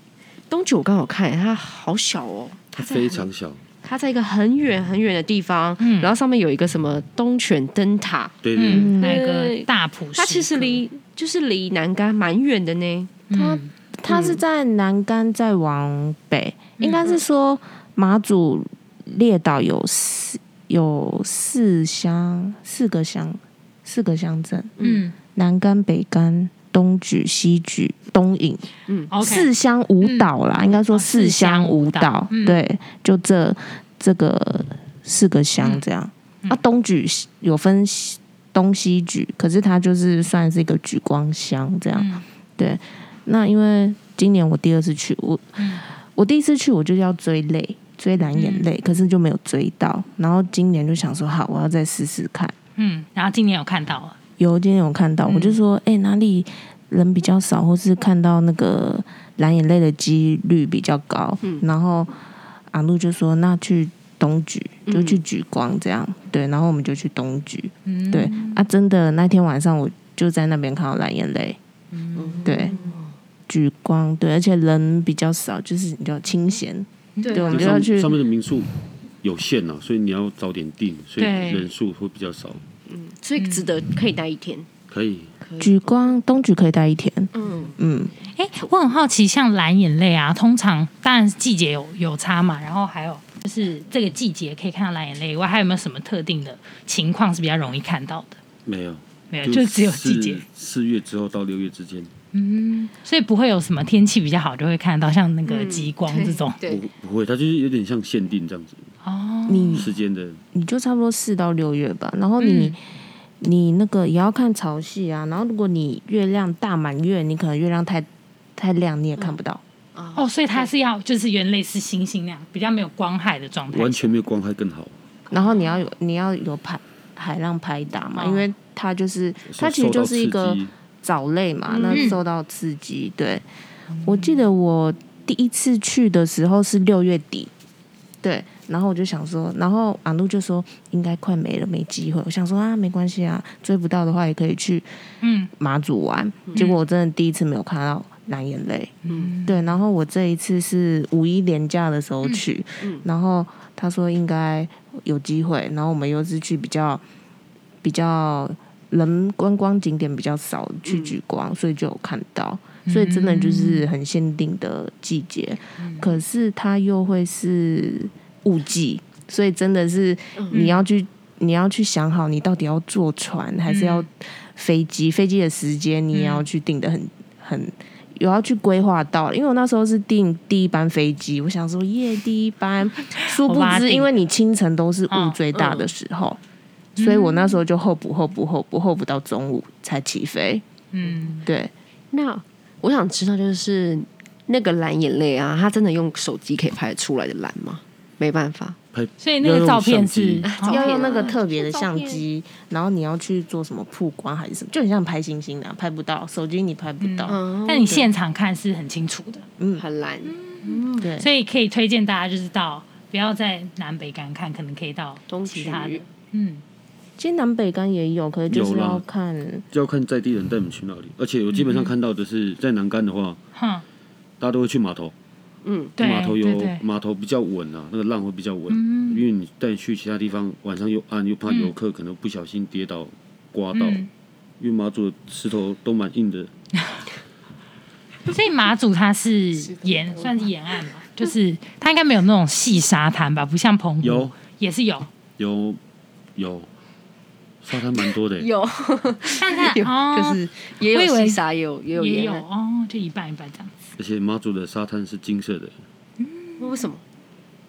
Speaker 2: 东莒我刚好看它好小哦，
Speaker 3: 它非常小，
Speaker 1: 嗯
Speaker 2: 它在一个很远很远的地方，然后上面有一个什么东泉灯塔，
Speaker 3: 对对对，
Speaker 1: 嗯，那个
Speaker 2: 对
Speaker 1: 大埔石刻，嗯
Speaker 2: 它其实离就是离南竿蛮远的呢。
Speaker 1: 它
Speaker 4: 它是在南竿再往北，应该是说马祖列岛有四有四乡四个乡四个乡镇，
Speaker 1: 嗯
Speaker 4: 南竿、北竿、东莒、西莒、东引，
Speaker 1: ，OK，嗯
Speaker 4: 四乡五岛啦，应该说四乡五
Speaker 1: 哦
Speaker 4: 岛，
Speaker 1: 四乡五岛
Speaker 4: 对，就这这个四个
Speaker 1: 嗯
Speaker 4: 乡这样。啊，东莒有分西东西莒，可是它就是算是一个莒光乡这样。
Speaker 1: 嗯
Speaker 4: 对，那因为今年我第二次去，我、
Speaker 1: 嗯
Speaker 4: 我第一次去我就要追泪，追蓝眼泪，可是就没有追到。然后今年就想说，好，我要再试试看。
Speaker 1: 嗯，然后今年有看到啊了，
Speaker 4: 有今天有看
Speaker 3: 嗯
Speaker 4: 到，我就说，哎、哪里人比较少，或是看到那个蓝眼泪的几率比较高。
Speaker 3: 嗯
Speaker 4: 然后阿路就说，那去东莒，
Speaker 3: 嗯
Speaker 4: 就去莒光这样。对，然后我们就去东莒。
Speaker 1: 嗯，
Speaker 4: 对、啊，真的那天晚上我就在那边看到蓝眼泪。
Speaker 3: 嗯
Speaker 4: 对。莒光对，而且人比较少，就是你知道清闲，
Speaker 2: 对啊
Speaker 4: 对，我们就
Speaker 3: 上
Speaker 4: 要去
Speaker 3: 上面的民宿有限呐，所以你要早点订，所以
Speaker 1: 对
Speaker 3: 人数会比较少。
Speaker 2: 所以值得可以待一天。
Speaker 3: 可以，
Speaker 4: 莒光东莒可以待一天，
Speaker 2: 嗯，
Speaker 4: 嗯，
Speaker 1: 哎，我很好奇，像蓝眼泪啊，通常当然是季节有有差嘛，然后还有就是这个季节可以看到蓝眼泪以外，还有没有什么特定的情况是比较容易看到的？
Speaker 3: 没有，
Speaker 1: 没有，就只有季节
Speaker 3: 四，四月之后到六月之间，
Speaker 1: 所以不会有什么天气比较好就会看得到像那个极光这种。
Speaker 2: 嗯对
Speaker 3: 不不会，它就是有点像限定这样子，哦
Speaker 4: 你
Speaker 3: 时间的
Speaker 4: 你就差不多四到六月吧，然后你、你那个也要看潮汐啊，然后如果你月亮大满月，你可能月亮太太亮你也看不到，
Speaker 1: 哦，所以它是要就是原类似星星那样比较没有光害的状态，
Speaker 3: 完全没有光害更好，
Speaker 4: 然后你要有你要有拍海浪拍打嘛，
Speaker 1: 哦
Speaker 4: 因为它就是它其
Speaker 3: 受
Speaker 4: 实
Speaker 3: 到
Speaker 4: 就是一个
Speaker 3: 刺激
Speaker 4: 藻类嘛，那受到刺激，对我记得我第一次去的时候是六月底，对，然后我就想说，然后阿路就说应该快没了，没机会，我想说啊没关系啊，追不到的话也可以去
Speaker 1: 嗯
Speaker 4: 马祖玩，结果我真的第一次没有看到蓝眼泪。嗯，对。然后我这一次是五一连假的时候去，然后他说应该有机会，然后我们又是去比较比较人观光景点比较少去举光，所以就有看到。所以真的就是很限定的季节，可是它又会是雾季，所以真的是你要去。你要去想好，你到底要坐船还是要飞机，飞机的时间你也要去定的很、很，有要去规划到。因为我那时候是订第一班飞机，我想说耶第
Speaker 1: <laughs>
Speaker 4: 一班，殊
Speaker 1: 我
Speaker 4: 不
Speaker 1: 把它
Speaker 4: 知
Speaker 1: 定
Speaker 4: 因为你清晨都是雾
Speaker 1: 嗯
Speaker 4: 最大的时候，所以我那时候就候补候补候补候补到中午才起飞。
Speaker 1: 嗯，
Speaker 4: 对，
Speaker 2: 那我想知道，就是那个蓝眼泪啊，他真的用手机可以拍得出来的蓝吗？没办法，
Speaker 3: 拍
Speaker 1: 所以那个照片是哦
Speaker 3: 要用
Speaker 2: 照片
Speaker 4: 要
Speaker 2: 啊
Speaker 4: 用那个特别的相机，然后你要去做什么曝光还是什么，就很像拍星星的、啊，拍不到，手机你拍不到。
Speaker 2: 嗯，
Speaker 1: 但你嗯现场看是很清楚的，
Speaker 2: 很蓝，
Speaker 4: 对，
Speaker 1: 所以可以推荐大家就是到不要在南北干看，可能可以到
Speaker 2: 中
Speaker 1: 其
Speaker 2: 区
Speaker 1: 他的，嗯，
Speaker 4: 其实南北干也有，可是就是
Speaker 3: 有啦
Speaker 4: 要看，
Speaker 3: 要看在地人带你们去哪里。而且我基本上看到的是，在南竿的话，
Speaker 1: 哼，
Speaker 3: 大家都会去码头，
Speaker 2: 嗯，
Speaker 1: 对
Speaker 3: 码头
Speaker 1: 对
Speaker 3: 有
Speaker 1: 对，
Speaker 3: 码头比较稳啊，那个浪会比较稳，
Speaker 4: 嗯
Speaker 3: 因为你带你去其他地方，晚上又暗又怕游客可能不小心跌倒刮到，
Speaker 1: 嗯
Speaker 3: 因为马祖的石头都蛮硬
Speaker 4: 嗯
Speaker 3: 的，
Speaker 1: 所以马祖它是沿算是沿岸嘛， <laughs> 就是它应该没有那种细沙滩吧，不像澎湖
Speaker 3: 有
Speaker 1: 也是有，
Speaker 3: 有有沙滩蛮多的欸，
Speaker 2: 有，
Speaker 1: 但 <laughs> 它哦
Speaker 2: <laughs> 就是也
Speaker 1: 我以
Speaker 2: 有
Speaker 1: 为
Speaker 2: 细沙，也有也有
Speaker 1: 也
Speaker 2: 烟
Speaker 1: 有
Speaker 2: 啊，
Speaker 1: 哦，就一半一半这样子，
Speaker 3: 而且马祖的沙滩是金色的，
Speaker 2: 为什么？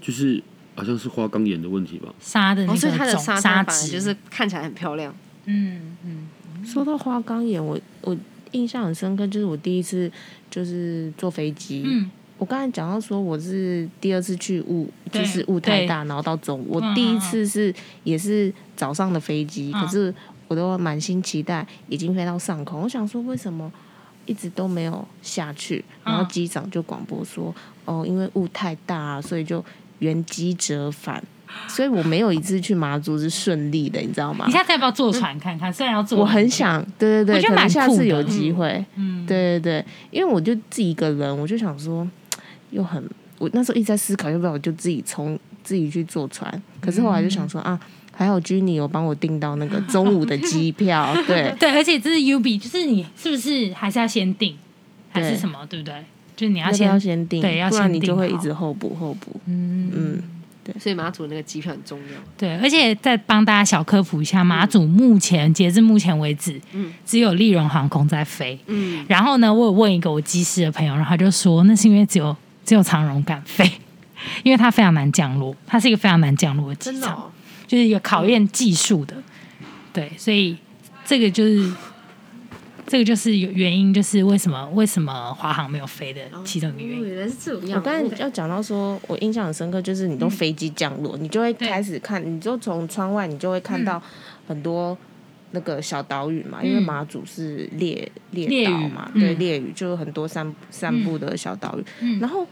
Speaker 3: 就是好像是花岗岩的问题吧，
Speaker 1: 沙的那
Speaker 2: 哦，
Speaker 1: 个
Speaker 2: 所以它的
Speaker 1: 种
Speaker 2: 沙
Speaker 1: 沙
Speaker 2: 滩本来
Speaker 1: 质
Speaker 2: 就是看起来很漂亮，
Speaker 1: 嗯嗯，
Speaker 4: 说到花岗岩，我我印象很深刻，就是我第一次就是坐飞机，
Speaker 1: 嗯
Speaker 4: 我刚才讲到说我是第二次去雾，
Speaker 1: 对
Speaker 4: 就是雾太大，然后到中午。
Speaker 1: 嗯
Speaker 4: 我第一次是也是早上的飞机，
Speaker 1: 嗯
Speaker 4: 可是我都满心期待，已经飞到上空。我想说为什么一直都没有下去？
Speaker 1: 嗯
Speaker 4: 然后机长就广播说，哦，因为雾太大，啊所以就原机折返。所以我没有一次去马祖是顺利的，你知道吗
Speaker 1: 你？下次要不要坐船看看？虽然要坐，
Speaker 4: 我很，想，对对
Speaker 1: 我
Speaker 4: 对，
Speaker 1: 觉得
Speaker 4: 可
Speaker 1: 蛮
Speaker 4: 能下
Speaker 1: 酷的
Speaker 4: 次有机会。
Speaker 1: 嗯，
Speaker 4: 对对对，因为我就自己一个人，我就想说，又很，我那时候一直在思考要不要我就自己从自己去坐船，可是后来就
Speaker 1: 嗯
Speaker 4: 想说、啊，还好 Jenny 有帮我订到那个中午的机票，对
Speaker 1: 对，而且这是 U B，就是你是不是还是要先定，还是
Speaker 4: 对
Speaker 1: 什么，对不对？就是 <laughs> 你要
Speaker 4: 那个要
Speaker 1: 先，
Speaker 4: 先订，
Speaker 1: 对要
Speaker 4: 不然
Speaker 1: 先
Speaker 4: 你
Speaker 1: 订
Speaker 4: 就会
Speaker 1: 好
Speaker 4: 一直候补候补，
Speaker 1: 嗯
Speaker 4: 嗯，
Speaker 2: 所以马祖那个机票很重要。
Speaker 1: 对，而且再帮大家小科普一下，马祖目前、截至目前为止，
Speaker 2: 嗯
Speaker 1: 只有丽荣航空在飞。
Speaker 2: 嗯，
Speaker 1: 然后呢，我有问一个我机师的朋友，然后他就说，那是因为只有只有长荣敢飞，因为它非常难降落，它是一个非常难降落的机
Speaker 2: 真的
Speaker 1: 场，
Speaker 2: 哦，
Speaker 1: 就是有考验技术的。对，所以这个就是这个就是有原因，就是为什么为什么华航没有飞的
Speaker 2: 哦
Speaker 1: 其中一个原因。
Speaker 2: 原来是这种样
Speaker 4: 我刚才哦要讲到说，我印象很深刻，就是
Speaker 1: 嗯
Speaker 4: 你都飞机降落，你就会开始看，你就从窗外你就会看到很多那个小岛屿嘛，因为
Speaker 1: 嗯
Speaker 4: 马祖是列
Speaker 1: 列
Speaker 4: 列
Speaker 1: 屿
Speaker 4: 岛嘛，
Speaker 1: 嗯
Speaker 4: 对，列屿就有很多散散布的小岛屿，
Speaker 1: 嗯
Speaker 4: 然后。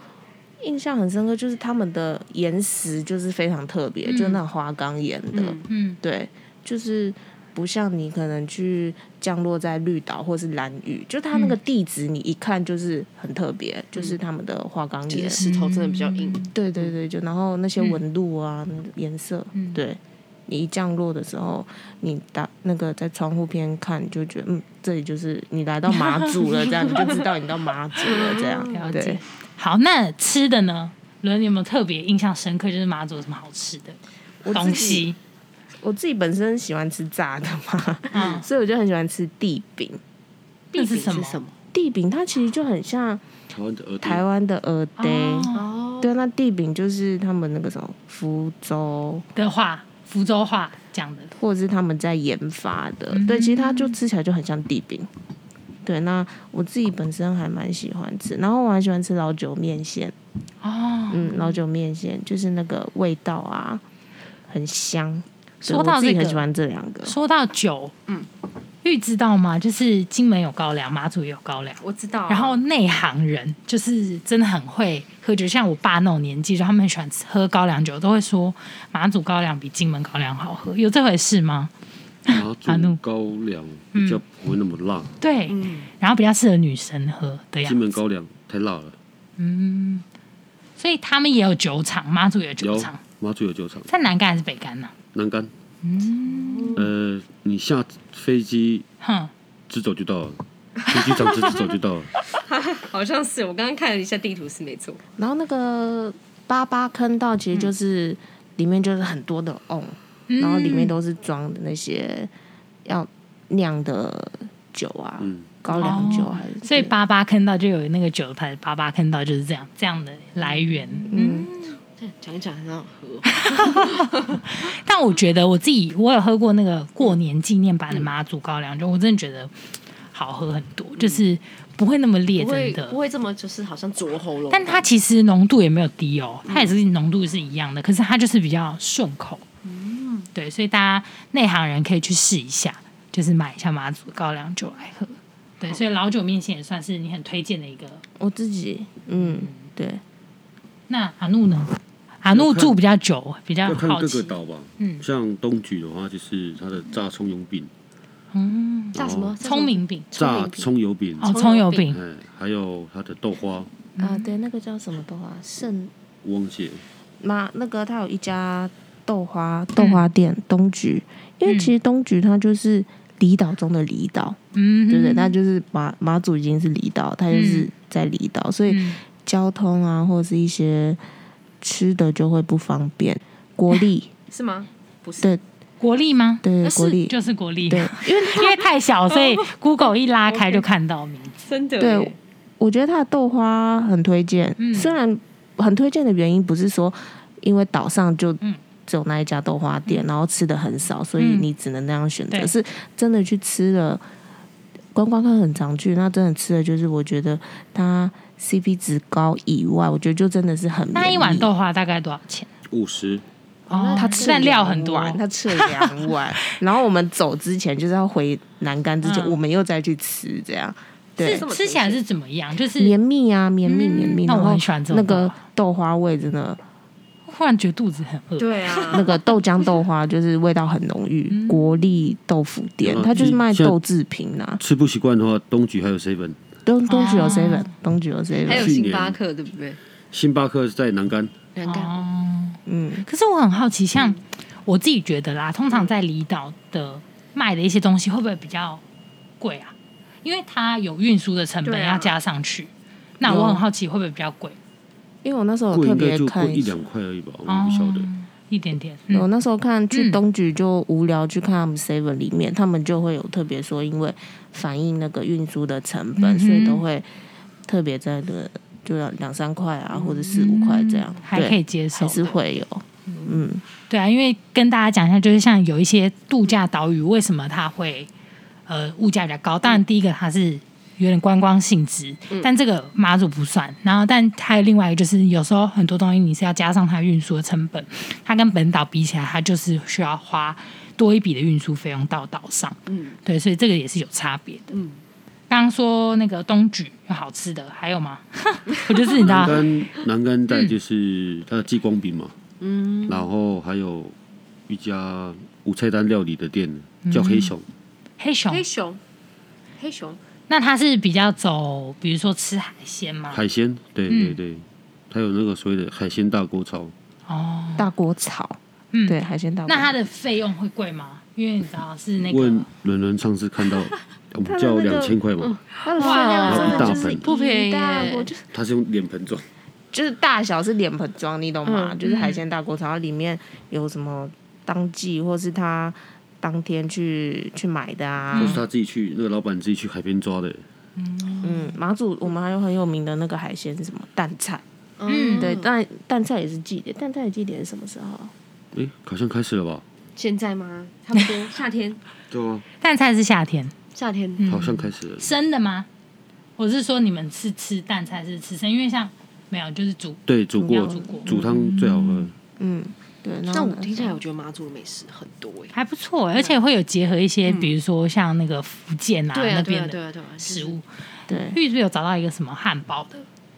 Speaker 4: 印象很深刻，就是他们的岩石就是非常特别，
Speaker 1: 嗯
Speaker 4: 就那种花岗岩的，
Speaker 2: 嗯
Speaker 1: 嗯
Speaker 4: 对，就是不像你可能去降落在绿岛或是蓝屿，就它那
Speaker 1: 嗯
Speaker 4: 个地址你一看就是很特别，就是他们的花岗
Speaker 2: 就
Speaker 4: 岩
Speaker 2: 是，石头真的比较硬，
Speaker 4: 对对对，就然后那些纹路啊、那个颜色，
Speaker 1: 嗯
Speaker 4: 对你一降落的时候，你打那个在窗户边看，你就觉得嗯，这里就是你来到马祖了，这样你就知道你到马祖了，这
Speaker 1: <laughs> 了
Speaker 4: 样
Speaker 1: 解
Speaker 4: 对。
Speaker 1: 好，那吃的呢？伦，你有没有特别印象深刻？就是马祖有什么好吃的
Speaker 4: 我
Speaker 1: 东
Speaker 4: 自己
Speaker 1: 西？
Speaker 4: 我自己本身喜欢吃炸的嘛，
Speaker 1: 嗯
Speaker 4: <laughs> 所以我就很喜欢吃地饼。
Speaker 1: 那是
Speaker 2: 饼
Speaker 1: 什么？
Speaker 2: 什么？
Speaker 4: 地饼它其实就很像
Speaker 3: 台湾的鹅
Speaker 4: 台湾的鹅呆，
Speaker 1: 哦
Speaker 2: 哦，
Speaker 4: 对，那地饼就是他们那个什么福州
Speaker 1: 的话，福州话讲的，
Speaker 4: 或者是他们在研发的。
Speaker 1: 嗯
Speaker 4: 对，其实它就吃起来就很像地饼。对，那我自己本身还蛮喜欢吃，然后我还喜欢吃老酒面线，
Speaker 1: 哦，
Speaker 4: 嗯，老酒面线就是那个味道啊，很香。对
Speaker 1: 说到
Speaker 4: 我自己
Speaker 1: 这个
Speaker 4: 很喜欢这两个，
Speaker 1: 说到酒，嗯，玉知道吗？就是金门有高粱，马祖也有高粱。
Speaker 2: 我知道啊。
Speaker 1: 然后内行人就是真的很会喝酒，像我爸那种年纪，就他们很喜欢吃喝高粱酒，都会说马祖高粱比金门高粱好喝，有这回事吗？
Speaker 3: 马
Speaker 1: 阿怒嗯
Speaker 3: 祖高粱比较不会那么辣，
Speaker 1: 对，然后比较适合女生喝的样
Speaker 3: 金门
Speaker 1: 子，
Speaker 3: 高粱太辣了。
Speaker 1: 所以他们也有酒厂，马祖也有酒
Speaker 3: 有
Speaker 1: 厂，
Speaker 3: 马祖有酒厂，
Speaker 1: 在南干还是北干呢、
Speaker 3: 南竿。呃，你下飞机
Speaker 1: 哼，
Speaker 3: 直走就到了，飞机场直直走就到了。
Speaker 2: 好像是我刚刚看了一下地图是没错，
Speaker 4: 然后那个八八坑道其实就是、里面就是很多的瓮，然后里
Speaker 1: 嗯
Speaker 4: 面都是装的那些要酿的酒啊，
Speaker 3: 嗯
Speaker 4: 高粱酒
Speaker 1: 哦
Speaker 4: 还是、
Speaker 1: 所以八八坑道就有那个酒牌，八八坑道就是这样这样的来源。嗯
Speaker 2: 讲一讲很好喝哦，
Speaker 1: 但我觉得我自己，我有喝过那个过年纪念版的妈祖高粱酒，我真的觉得好喝很多，就是不会那么烈，
Speaker 2: 不会
Speaker 1: 真
Speaker 2: 不
Speaker 1: 的。
Speaker 2: 会这么就是好像灼喉咙，
Speaker 1: 但它其实浓度也没有低哦，它也是浓度是一样的，可是它就是比较顺口。嗯，对，所以大家内行人可以去试一下，就是买一下马祖高粱酒来喝。对，所以老酒面线也算是你很推荐的一个。
Speaker 4: 我自己，嗯，对，
Speaker 1: 那阿怒呢？阿怒住比较久，比较
Speaker 3: 要看
Speaker 1: 好
Speaker 3: 各个
Speaker 1: 奇。
Speaker 3: 岛吧。
Speaker 1: 嗯
Speaker 3: 像东莒的话，就是它的炸葱油饼，
Speaker 1: 嗯，
Speaker 2: 炸什么
Speaker 1: 聪明饼
Speaker 3: 炸葱油饼，
Speaker 1: 哦，
Speaker 2: 葱
Speaker 1: 葱
Speaker 2: 油
Speaker 1: 油
Speaker 2: 饼
Speaker 1: 饼，
Speaker 3: 哎，还有它的豆花，
Speaker 1: 嗯
Speaker 4: 啊，对，那个叫什么豆花？圣
Speaker 3: 我忘记了。
Speaker 4: 妈，那个他有一家豆花
Speaker 1: 嗯
Speaker 4: 豆花店、东菊，因为其实东菊它就是离岛中的离岛，
Speaker 1: 嗯，
Speaker 4: 对不对？它就是马马祖已经是离岛，它就是在离岛，所以
Speaker 1: 嗯
Speaker 4: 交通啊或者是一些吃的就会不方便。
Speaker 1: 哎
Speaker 4: 国立，
Speaker 2: 是吗？不是，
Speaker 4: 对
Speaker 1: 国力吗？
Speaker 4: 对
Speaker 2: 那是
Speaker 4: 国立，
Speaker 1: 就是国力，
Speaker 4: 对，因为
Speaker 1: 因为太小，所以 Google 一拉开就看到名字。
Speaker 2: 真的
Speaker 4: 对
Speaker 2: 耶
Speaker 4: 我觉得它的豆花很推荐，
Speaker 1: 嗯
Speaker 4: 虽然很推荐的原因不是说因为岛上就
Speaker 1: 嗯
Speaker 4: 只有那一家豆花店，然后吃的很少，所以
Speaker 1: 嗯
Speaker 4: 你只能那样选择，
Speaker 1: 对
Speaker 4: 是真的去吃了。观光客很常去，那真的吃的就是我觉得它 CP 值高以外，我觉得就真的是很
Speaker 1: 那一碗
Speaker 4: 便宜
Speaker 1: 豆花大概多少钱？
Speaker 3: 五十，
Speaker 1: 哦，
Speaker 4: 他吃了
Speaker 1: 蘸料很多
Speaker 4: 两碗他吃了两碗。然后我们走之前，就是要回南竿之前，
Speaker 1: 嗯
Speaker 4: 我们又再去吃，这样对
Speaker 1: 是吃起来是怎么样？就是嗯
Speaker 4: 绵密啊，绵密绵密。
Speaker 1: 那我
Speaker 4: 然后
Speaker 1: 很喜欢这种
Speaker 4: 那
Speaker 1: 豆
Speaker 4: 个
Speaker 1: 花
Speaker 4: 豆花味真的，
Speaker 1: 忽然觉得肚子很饿。
Speaker 2: 对啊，
Speaker 4: <laughs> 那个豆浆豆花就是味道很浓
Speaker 1: 嗯
Speaker 4: 郁。国立豆腐店
Speaker 3: 有，啊
Speaker 4: 它就是卖
Speaker 3: 现在
Speaker 4: 豆制品啊呐。
Speaker 3: 吃不习惯的话，东莒还有 seven，
Speaker 4: 东东莒有
Speaker 1: 哦
Speaker 4: seven，东莒有
Speaker 2: 还
Speaker 4: seven。
Speaker 2: 有星巴克对不对？
Speaker 3: 星巴克是在南竿，
Speaker 2: 南港
Speaker 1: 哦，
Speaker 4: 嗯，
Speaker 1: 可是我很好奇，像我自己觉得啦，通常在离岛的卖的一些东西会不会比较贵啊？因为它有运输的成本
Speaker 2: 对啊
Speaker 1: 要加上去，那我很好奇会不会比较贵？
Speaker 4: 因为我那时候有
Speaker 3: 贵
Speaker 4: 哦特
Speaker 3: 应该
Speaker 4: 别
Speaker 3: 就
Speaker 4: 看
Speaker 3: 贵一两块而已吧，我也
Speaker 1: 哦
Speaker 3: 不晓得。
Speaker 1: 一点点。
Speaker 4: 我
Speaker 1: 嗯
Speaker 4: 那时候看去
Speaker 1: 嗯
Speaker 4: 东局就无聊，去看他们 Seven 里面，他们就会有特别说，因为反映那个运输的成本，
Speaker 1: 嗯哼
Speaker 4: 所以都会特别在那个就要两三块啊，或者四五块这样，
Speaker 1: 嗯还
Speaker 4: 对
Speaker 1: 可以接受
Speaker 4: 还，是会有。嗯，
Speaker 1: 对啊，因为跟大家讲一下，就是像有一些度假岛屿，为什么它会呃物价比较高？当然，第一个它是有点观光性质，
Speaker 4: 嗯
Speaker 1: 但这个马祖不算。然后，但还有另外一个就是，有时候很多东西你是要加上它运输的成本，它跟本岛比起来，它就是需要花多一笔的运输费用到岛上。
Speaker 2: 嗯
Speaker 1: 对，所以这个也是有差别的。
Speaker 2: 嗯，
Speaker 1: 刚刚说那个冬菊有好吃的，还有吗？ <laughs> 我就是你知 <laughs>
Speaker 3: <laughs>
Speaker 1: 道
Speaker 3: 南，竿南竿带就是它的激光饼嘛，嗯，然后还有一家无菜单料理的店叫黑熊，
Speaker 1: 黑熊
Speaker 2: 黑，熊，黑熊，
Speaker 1: 那它是比较走，比如说吃海鲜吗？
Speaker 3: 海鲜，对
Speaker 1: 嗯
Speaker 3: 对对，它有那个所谓的海鲜大锅炒，
Speaker 1: 哦。
Speaker 4: 大锅炒，
Speaker 1: 嗯
Speaker 4: 对，海鲜大锅
Speaker 1: 那。它的费用会贵吗？因为你知道是那
Speaker 3: 问
Speaker 1: 个
Speaker 3: 伦伦上次看到我们
Speaker 4: 的
Speaker 3: 叫
Speaker 4: 那个
Speaker 3: 两千块嘛，
Speaker 4: 它的
Speaker 1: 哇
Speaker 4: 饭
Speaker 3: 那个
Speaker 4: 量
Speaker 3: 真的
Speaker 4: 真
Speaker 3: 就
Speaker 4: 的就是是
Speaker 2: 不便宜耶
Speaker 4: 大锅，就是
Speaker 3: 它是用脸盆装，
Speaker 4: 就是大小是脸盆装，你懂吗？
Speaker 2: 嗯
Speaker 4: 就是海鲜大锅炒，然后里面有什么当季或是他当天去去买的啊，
Speaker 3: 都是他自己去那个老板自己去海边抓的，
Speaker 4: 嗯，马祖我们还有很有名的那个海鲜是什么蛋菜，
Speaker 1: 嗯
Speaker 4: 对，但蛋菜也是祭典，蛋菜的祭典是什么时候？
Speaker 3: 诶，好像开始了吧？
Speaker 2: 现在吗？差不多夏天，嗯
Speaker 3: 对啊，
Speaker 1: 蛋菜是夏天
Speaker 2: 夏天，
Speaker 3: 好像开始了。
Speaker 1: 生的吗？我是说你们是吃蛋菜是吃生，因为像没有就是煮
Speaker 3: 对，煮过
Speaker 1: 煮过
Speaker 3: 煮汤最好喝，
Speaker 4: 嗯，对，然
Speaker 2: 那
Speaker 4: 后
Speaker 2: 我
Speaker 4: 呢
Speaker 2: 听起来，我觉得妈祖的美食很多哎。
Speaker 1: 还不错，而且会有结合一些，比如说像那个福建啊
Speaker 2: 嗯对啊，
Speaker 1: 那
Speaker 2: 对啊，
Speaker 1: 边
Speaker 2: 对
Speaker 1: 的
Speaker 2: 啊，对啊，就是
Speaker 1: 食物。
Speaker 4: 对，
Speaker 1: 玉是不是有找到一个什么汉堡的？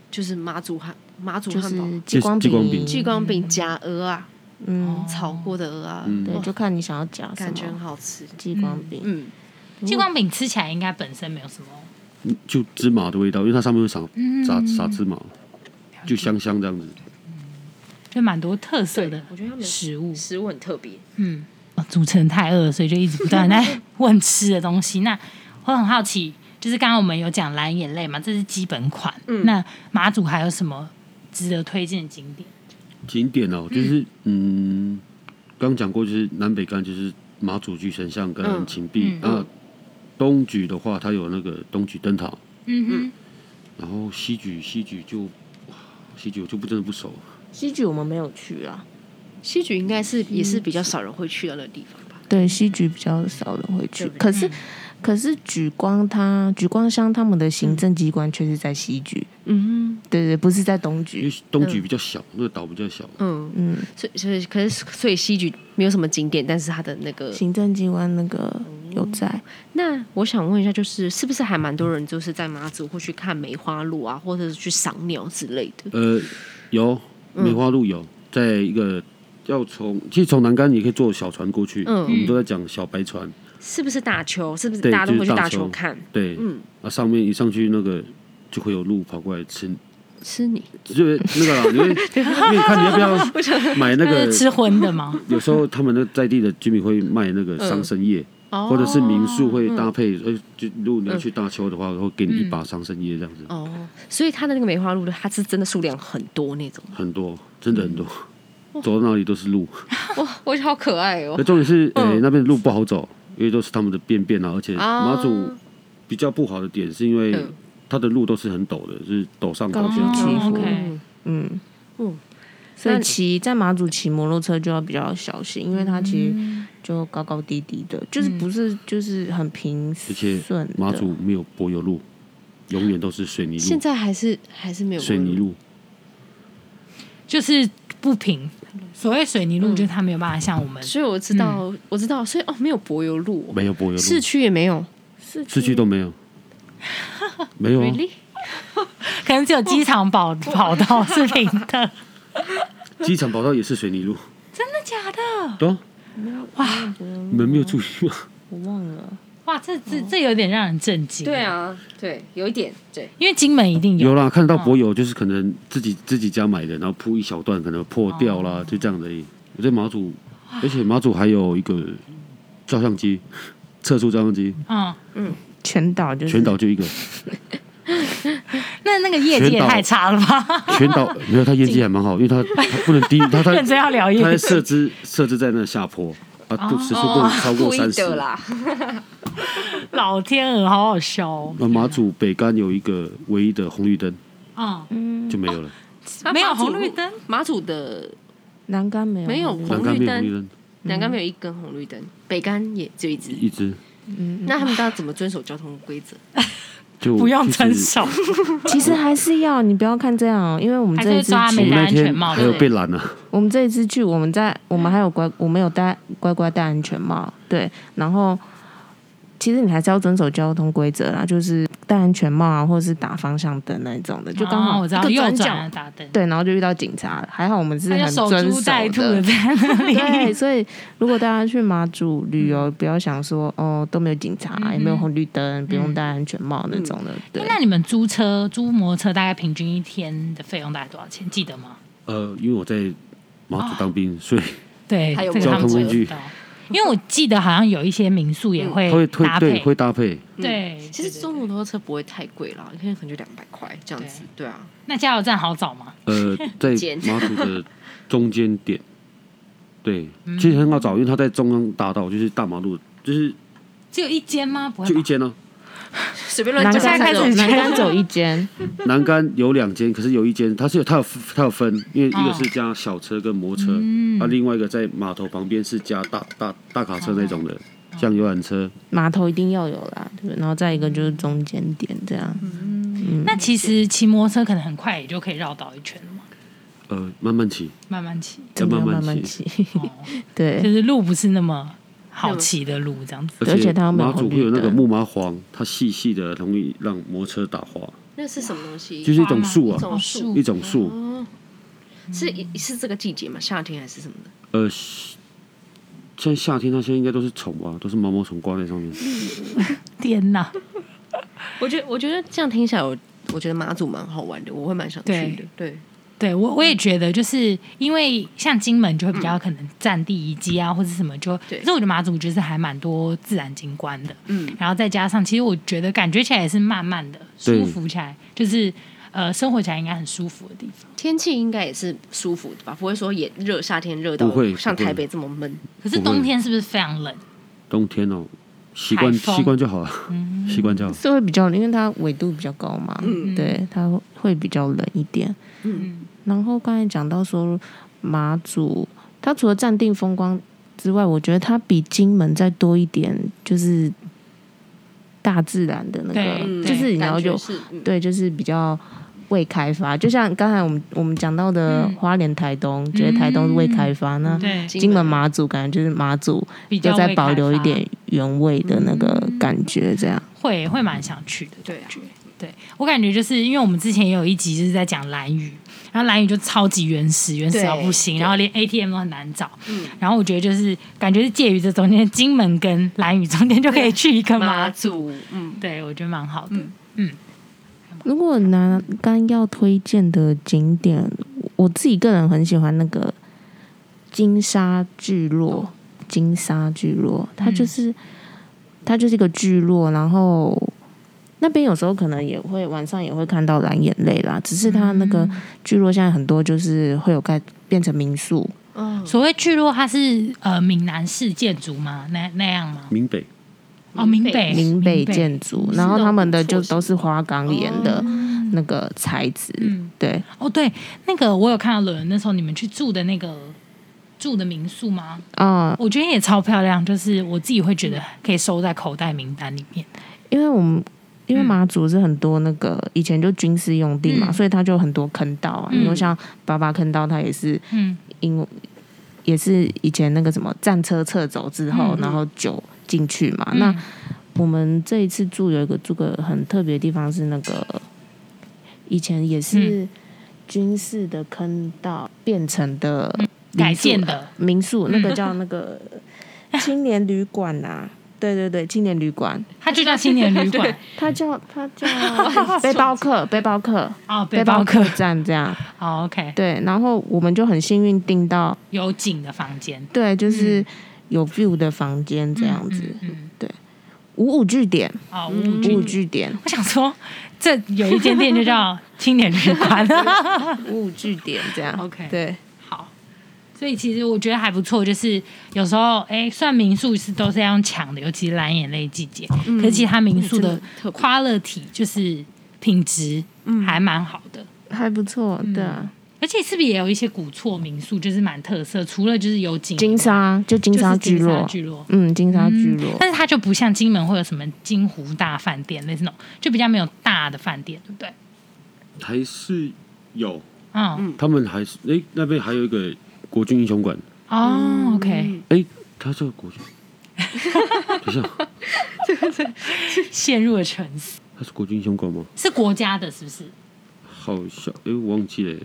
Speaker 2: 就是妈祖汉妈祖
Speaker 4: 就
Speaker 2: 汉堡、
Speaker 4: 是激光
Speaker 3: 激光饼
Speaker 2: 鸡光饼夹鹅啊，
Speaker 1: 哦
Speaker 4: 嗯，
Speaker 2: 炒过的鹅啊，
Speaker 4: 对，
Speaker 2: 哇
Speaker 4: 就看你想要夹什
Speaker 2: 感觉很
Speaker 4: 么
Speaker 2: 好吃。
Speaker 4: 激光饼，
Speaker 2: 嗯，
Speaker 1: 激光饼吃起来应该本身没有什么，
Speaker 3: 嗯就芝麻的味道，因为它上面有撒撒撒芝麻，就香香这样子。
Speaker 1: 就蛮多特色的
Speaker 2: 我觉得他们
Speaker 1: 食物。
Speaker 2: 食物很特别。
Speaker 1: 嗯，哦主持人太饿了，所以就一直不断地在 <laughs> 问吃的东西。那我很好奇，就是刚刚我们有讲蓝眼泪嘛，这是基本款。那马祖还有什么值得推荐的景点？
Speaker 3: 景点哦，就是嗯，刚讲过，就是南北干就是马祖巨神像跟秦壁
Speaker 1: 嗯，
Speaker 3: 那东莒的话，它有那个东莒灯塔，
Speaker 1: 嗯
Speaker 3: 然后西莒西莒就哇西莒我就不真的不熟，
Speaker 4: 西菊我们没有去啊，
Speaker 2: 西举应该是也是比较少人会去到的地方吧？
Speaker 4: 对，西菊比较少人会去，可是可是举光他举光乡他们的行政机关却是在西局，
Speaker 2: 嗯
Speaker 4: 对对，不是在东
Speaker 3: 因为
Speaker 4: 局。
Speaker 3: 东局比较小，那个岛比较小，
Speaker 2: 嗯嗯，
Speaker 4: 嗯，
Speaker 2: 所以所以可是所以西局没有什么景点，但是它的那个
Speaker 4: 行政机关那个有在，
Speaker 2: 那我想问一下，就是是不是还蛮多人就是在马祖会去看梅花鹿啊，或者是去赏鸟之类的？
Speaker 3: 呃，有
Speaker 1: 嗯
Speaker 3: 梅花鹿有，在一个要从，其实从南竿也可以坐小船过去，
Speaker 2: 嗯
Speaker 3: 我们都在讲小白船，
Speaker 2: 是不是打球？是不是
Speaker 3: 对
Speaker 2: 大家都会
Speaker 3: 就
Speaker 2: 去
Speaker 3: 是
Speaker 2: 打
Speaker 3: 打球
Speaker 2: 球看？
Speaker 3: 对，
Speaker 1: 嗯
Speaker 3: 啊，上面一上去那个就会有鹿跑过来吃，
Speaker 2: 吃你
Speaker 3: 就是那个
Speaker 2: <laughs>
Speaker 3: 啦，你会因为你看你要不要买那
Speaker 1: 他
Speaker 3: 个
Speaker 1: 是，吃荤的
Speaker 3: <laughs>
Speaker 1: 吗？
Speaker 3: 有时候他们那在地的居民会卖那个桑葚叶，
Speaker 2: 哦
Speaker 3: 或者是民宿会搭配，呃，就如果你要去大邱的话，会给你一把桑葚叶这样子，
Speaker 2: 哦，所以它的那个梅花鹿的，它是真的数量很多那种。
Speaker 3: 很多，真的很多，
Speaker 2: 嗯
Speaker 3: 走到哪里都是鹿。
Speaker 2: 哦哇，我觉得好可爱哦
Speaker 3: 那。重点是，呃、那边的路不好走，因为都是他们的便便啊，而且
Speaker 2: 啊
Speaker 3: 马祖比较不好的点是因为
Speaker 2: 嗯
Speaker 3: 它的路都是很陡的，就是陡上
Speaker 4: 高
Speaker 3: 陡
Speaker 4: 有
Speaker 3: 下。
Speaker 4: 起
Speaker 1: 哦
Speaker 4: 伏
Speaker 1: OK，
Speaker 4: 嗯
Speaker 2: 嗯
Speaker 4: 嗯，所
Speaker 2: 那
Speaker 4: 以骑在马祖骑摩托车就要比较小心，因为它其实就高高低低的，就是不是就是很平
Speaker 3: 而且
Speaker 4: 顺的。
Speaker 3: 马祖没有柏油路，永远都是水泥
Speaker 2: 现
Speaker 3: 路，
Speaker 2: 在还是还是没有
Speaker 3: 水泥。路。
Speaker 1: 就是不平。所谓水泥路，就是它没有办法像我们
Speaker 2: 所以我知道，我知道，所以哦，没有柏油路哦，
Speaker 3: 没有柏油路，
Speaker 2: 市区也没有。
Speaker 3: 市区都
Speaker 2: <laughs>
Speaker 3: 没有，没有啊
Speaker 2: Really？
Speaker 1: 可能只有机场跑跑道是平的，
Speaker 3: 机场跑道也是水泥路，
Speaker 1: 真的假的？
Speaker 3: 对啊，
Speaker 1: 哇
Speaker 3: 你们没有注意吗？
Speaker 4: 我忘了，
Speaker 1: 哇，这这这有点让人震惊。
Speaker 2: 对，啊，对，有一点对。
Speaker 1: 因为金门一定
Speaker 3: 有
Speaker 1: 有，
Speaker 3: 啦，看得到
Speaker 2: 嗯
Speaker 3: 柏油就是可能自己自己家买的，然后铺一小段，可能破掉啦，
Speaker 2: 嗯
Speaker 3: 就这样而已。我在马祖，而且马祖还有一个照相机，测速照相机，
Speaker 1: 嗯，
Speaker 4: 全岛就是
Speaker 3: 全岛就一个，
Speaker 1: 那那个业绩也
Speaker 3: 全岛
Speaker 1: 太差了吧？
Speaker 3: 全岛
Speaker 2: <laughs>
Speaker 3: 没有它业绩还蛮好，因为它它不能低，它
Speaker 1: <laughs>
Speaker 3: 它
Speaker 1: 认真要聊业
Speaker 3: 它在
Speaker 1: 绩，
Speaker 3: 设置设置在那下坡啊，度时速不能超过
Speaker 2: 哦故意
Speaker 3: 三十。
Speaker 2: 的啦。
Speaker 1: 老天鹅，好好笑哦。
Speaker 3: 那马祖北干有一个唯一的红绿灯
Speaker 1: 嗯，
Speaker 3: 就没有了，
Speaker 2: 啊
Speaker 1: 没有
Speaker 2: 马祖
Speaker 1: 红绿灯，
Speaker 2: 马祖的
Speaker 4: 南竿没有
Speaker 2: 没有
Speaker 4: 红绿
Speaker 3: 南
Speaker 2: 红
Speaker 3: 干
Speaker 2: 绿
Speaker 3: 没有红
Speaker 2: 灯，
Speaker 3: 绿
Speaker 2: 嗯
Speaker 3: 灯，
Speaker 2: 南竿没有一根红绿灯，北竿也只有一只。
Speaker 3: 一直
Speaker 2: 那他们到底怎么遵守交通规则？
Speaker 3: 就
Speaker 1: 不用
Speaker 3: 其实
Speaker 1: 遵守，
Speaker 4: 其实还是要你不要看这样哦，因为我们
Speaker 1: 还是
Speaker 4: 这一
Speaker 1: 会
Speaker 4: 次
Speaker 1: 抓没
Speaker 3: 我
Speaker 1: 戴
Speaker 4: 去，
Speaker 3: 那
Speaker 1: 安全
Speaker 3: 天
Speaker 1: 帽
Speaker 3: 还有被拦了，
Speaker 4: 我们这一次去，我们在我们还有乖，我们有戴乖乖戴安全帽，对，然后其实你还是要遵守交通规则啦，就是戴安全帽啊，或者是打方向灯那一种的，就刚
Speaker 1: 啊
Speaker 4: 好
Speaker 1: 我知
Speaker 4: 一
Speaker 1: 道
Speaker 4: 个
Speaker 1: 右
Speaker 4: 转角，
Speaker 1: 转了打灯，
Speaker 4: 对，然后就遇到警察了，还好我们是
Speaker 1: 他就
Speaker 4: 很
Speaker 1: 守
Speaker 4: 遵
Speaker 1: 株
Speaker 4: 守
Speaker 1: 待兔的
Speaker 4: 的。
Speaker 1: 在那 <laughs>
Speaker 4: 对，
Speaker 1: 里。
Speaker 4: 所以如果大家去马祖旅
Speaker 1: 嗯
Speaker 4: 游，不要想说哦都没有警察，也没有红绿灯，不用戴安全帽那种的。对，
Speaker 1: 嗯那你们租车、租摩托车大概平均一天的费用大概多少钱？记得吗？
Speaker 3: 呃，因为我在马祖当兵，所以。
Speaker 1: 对，
Speaker 2: 还有
Speaker 1: 这个
Speaker 2: 交
Speaker 1: 他们
Speaker 3: 通工
Speaker 1: 知
Speaker 3: 具
Speaker 1: 道因为我记得好像有一些民宿也会
Speaker 3: 它会推
Speaker 1: 搭配
Speaker 3: 对，会搭配，
Speaker 1: 对，
Speaker 2: 其实
Speaker 1: 对
Speaker 2: 租摩托车不会太贵啦，一天可能就两百块这样子。对啊，
Speaker 1: 那加油站好找吗？
Speaker 3: 呃，在
Speaker 2: 尖
Speaker 3: 马祖的中间点，对，其实很好找，因为它在中央大道，就是大马路，就是
Speaker 1: 只有一间吗？不会
Speaker 3: 就
Speaker 1: 吧
Speaker 3: 一间哦、
Speaker 2: 随便
Speaker 4: 南
Speaker 2: 乱讲
Speaker 1: 现在开
Speaker 4: 竿
Speaker 1: 始
Speaker 4: 走，
Speaker 1: 觉
Speaker 4: 南
Speaker 1: 得
Speaker 4: 竿走一间，
Speaker 3: 栏杆有两间，可是有一间它是有它有它有分，因为一个
Speaker 1: 哦
Speaker 3: 是加小车跟摩托车，
Speaker 1: 嗯
Speaker 3: 啊，另外一个在码头旁边是加大大大卡车那种的，像游览车，
Speaker 4: 码头一定要有啦，对不对？然后再一个就是中间点这样，
Speaker 1: 那其实骑摩托车可能很快也就可以绕岛一圈了嘛，
Speaker 3: 呃，慢慢骑，
Speaker 1: 慢慢骑，
Speaker 4: 真的要
Speaker 3: 慢慢
Speaker 4: 慢慢
Speaker 3: 骑
Speaker 4: 骑。
Speaker 1: 哦就
Speaker 4: <laughs> 对，
Speaker 1: 是路不是那么好骑的路，这样子。
Speaker 4: 而且它没有
Speaker 3: 马祖
Speaker 4: 红绿
Speaker 3: 会有那个
Speaker 4: 灯
Speaker 3: 木麻黄，它细细的，容易让摩托车打滑，
Speaker 2: <laughs> 那是什么东西？
Speaker 3: 就是一种树啊
Speaker 2: 一，种
Speaker 1: 树
Speaker 3: 一种树，
Speaker 2: 是一是这个季节嘛，夏天还是什么的？
Speaker 1: 嗯
Speaker 3: 呃，西现在夏天那些应该都是虫吧，都是毛毛虫挂在上面。
Speaker 1: 嗯天哪，
Speaker 2: 我觉得我觉得这样听起来，我我觉得马祖蛮好玩的，我会蛮想去的。对，
Speaker 1: 对我我
Speaker 2: 嗯
Speaker 1: 也觉得，就是因为像金门就会比较可能占地遗迹啊，或者什么就，
Speaker 2: 对
Speaker 1: 可是我觉得马祖就是还蛮多自然景观的，
Speaker 2: 嗯，
Speaker 1: 然后再加上其实我觉得感觉起来也是慢慢的
Speaker 3: 对
Speaker 1: 舒服起来，就是呃生活起来应该很舒服的地方。
Speaker 2: 天气应该也是舒服的吧，不会说也热，夏天热到
Speaker 3: 不会
Speaker 2: 像
Speaker 3: 不会
Speaker 2: 台北这么闷。
Speaker 1: 可是
Speaker 3: 不会
Speaker 1: 冬天是不是非常冷？
Speaker 3: 冬天哦，习惯
Speaker 1: 海风嗯
Speaker 3: 习惯就好了， <laughs> 习惯就好。
Speaker 4: 是会比较，因为它纬度比较高嘛，
Speaker 2: 嗯
Speaker 4: 对，它会比较冷一点。
Speaker 1: 嗯，
Speaker 4: 然后刚才讲到说马祖，它除了暂定风光之外，我觉得它比金门再多一点，就是大自然的那
Speaker 2: 嗯
Speaker 5: 嗯
Speaker 1: 对
Speaker 4: 个，就是你要有对，就是比较未开发。就像刚才我们我们讲到的
Speaker 1: 嗯
Speaker 4: 花莲、台东，觉得台东是未开发，
Speaker 2: 嗯
Speaker 4: 那
Speaker 1: 对，
Speaker 4: 嗯金门、马祖感觉就是马祖
Speaker 1: 比较
Speaker 4: 就再
Speaker 1: 未
Speaker 4: 保
Speaker 1: 开
Speaker 4: 留一
Speaker 1: 发嗯
Speaker 4: 点原味的那个感觉，这样。
Speaker 1: 会会蛮想去的。
Speaker 5: 对啊，
Speaker 1: 对我感觉就是因为我们之前也有一集就是在讲蓝雨，然后蓝雨就超级原始，原始到不行，然后连 ATM 都很难找。
Speaker 5: 嗯
Speaker 1: 然后我觉得就是感觉是介于这中间，金门跟蓝雨中间就可以去一个
Speaker 5: 马
Speaker 1: 嘛。
Speaker 5: 祖，嗯，
Speaker 1: 对，我觉得蛮好的。
Speaker 5: 嗯
Speaker 4: 如果拿刚要推荐的景点，我自己个人很喜欢那个金沙聚落。金沙聚落，它就是、
Speaker 1: 嗯
Speaker 4: 它就是一个聚落，然后那边有时候可能也会晚上也会看到蓝眼泪啦，只是它那
Speaker 1: 嗯
Speaker 4: 个聚落现在很多就是会有盖变成民宿，
Speaker 2: 嗯，
Speaker 1: 所谓聚落，它是呃闽南式建筑吗？那那样吗？
Speaker 3: 闽北
Speaker 1: 哦，闽北
Speaker 4: 林北建筑，然后他们的就都是花岗岩的
Speaker 1: 哦
Speaker 4: 那个材质，
Speaker 1: 嗯
Speaker 4: 对，
Speaker 1: 哦，对，那个我有看到伦伦那时候你们去住的那个住的民宿吗？
Speaker 4: 嗯，
Speaker 1: 我觉得也超漂亮，就是我自己会觉得可以收在口袋名单里面。
Speaker 4: 因为我们因为马祖是很多那个以前就军事用地嘛，
Speaker 1: 嗯
Speaker 4: 所以它就有很多坑道啊。
Speaker 1: 嗯
Speaker 4: 你说像八八坑道，它也是
Speaker 1: 嗯，
Speaker 4: 因也是以前那个什么战车撤走之后，
Speaker 1: 嗯
Speaker 4: 然后酒进去嘛。那
Speaker 1: 嗯
Speaker 4: 我们这一次住有一个住个很特别的地方是那个以前也
Speaker 1: 嗯
Speaker 4: 是军事的坑道变成的民宿
Speaker 1: 改建的
Speaker 4: 民宿，那个
Speaker 1: 嗯
Speaker 4: 叫那个青年旅馆呐、啊。对对对，青年旅馆。
Speaker 1: 它就叫青年
Speaker 4: <laughs>
Speaker 1: 旅馆
Speaker 4: 他叫他叫
Speaker 1: <laughs>
Speaker 4: 背包客，背包客，
Speaker 1: 哦，
Speaker 4: 背
Speaker 1: 背包客。
Speaker 4: 栈这样。
Speaker 1: 哦，OK，
Speaker 4: 对，然后我们就很幸运订到，
Speaker 1: 有景的房间
Speaker 4: 对，就是有 view 的房间这样子，
Speaker 1: 嗯，
Speaker 4: 五五据点，
Speaker 1: 嗯哦，
Speaker 5: 嗯
Speaker 1: 五五
Speaker 4: 五
Speaker 1: 居
Speaker 4: 五。据点，
Speaker 1: 我想说，这有一间店就叫青年旅
Speaker 4: <laughs>
Speaker 1: 馆。
Speaker 4: 五五据点这样。
Speaker 1: OK
Speaker 4: 对，
Speaker 1: 好， <laughs> 所以其实我觉得还不错，就是有时候哎，算民宿是都是要用抢的，尤其是蓝眼泪季节，
Speaker 4: 嗯
Speaker 1: 可是其他民宿
Speaker 4: 哎
Speaker 1: 的
Speaker 5: 特别
Speaker 1: quality 就是品质还蛮好的。
Speaker 4: 还不错，
Speaker 1: 嗯
Speaker 4: 对啊。
Speaker 1: 而且是不是也有一些古厝民宿，就是蛮特色？除了就是有景，
Speaker 4: 金沙就金
Speaker 1: 就是
Speaker 4: 沙
Speaker 1: 金
Speaker 4: 聚
Speaker 1: 沙
Speaker 4: 落，
Speaker 1: 聚落，
Speaker 4: 嗯，金沙聚落，
Speaker 1: 但是它就不像金门会有什么金湖大饭店类似那种，就比较没有大的饭店，对不对？
Speaker 3: 还是有，
Speaker 1: 嗯，
Speaker 3: 他们还是哎那边还有一个国军英雄馆，
Speaker 1: 哦，OK，
Speaker 3: 哎，他叫国军，等一下，
Speaker 1: 陷入了沉思，
Speaker 3: 他是国军英雄馆吗？
Speaker 1: 是国家的，是不是？
Speaker 3: 好像哎我忘记了，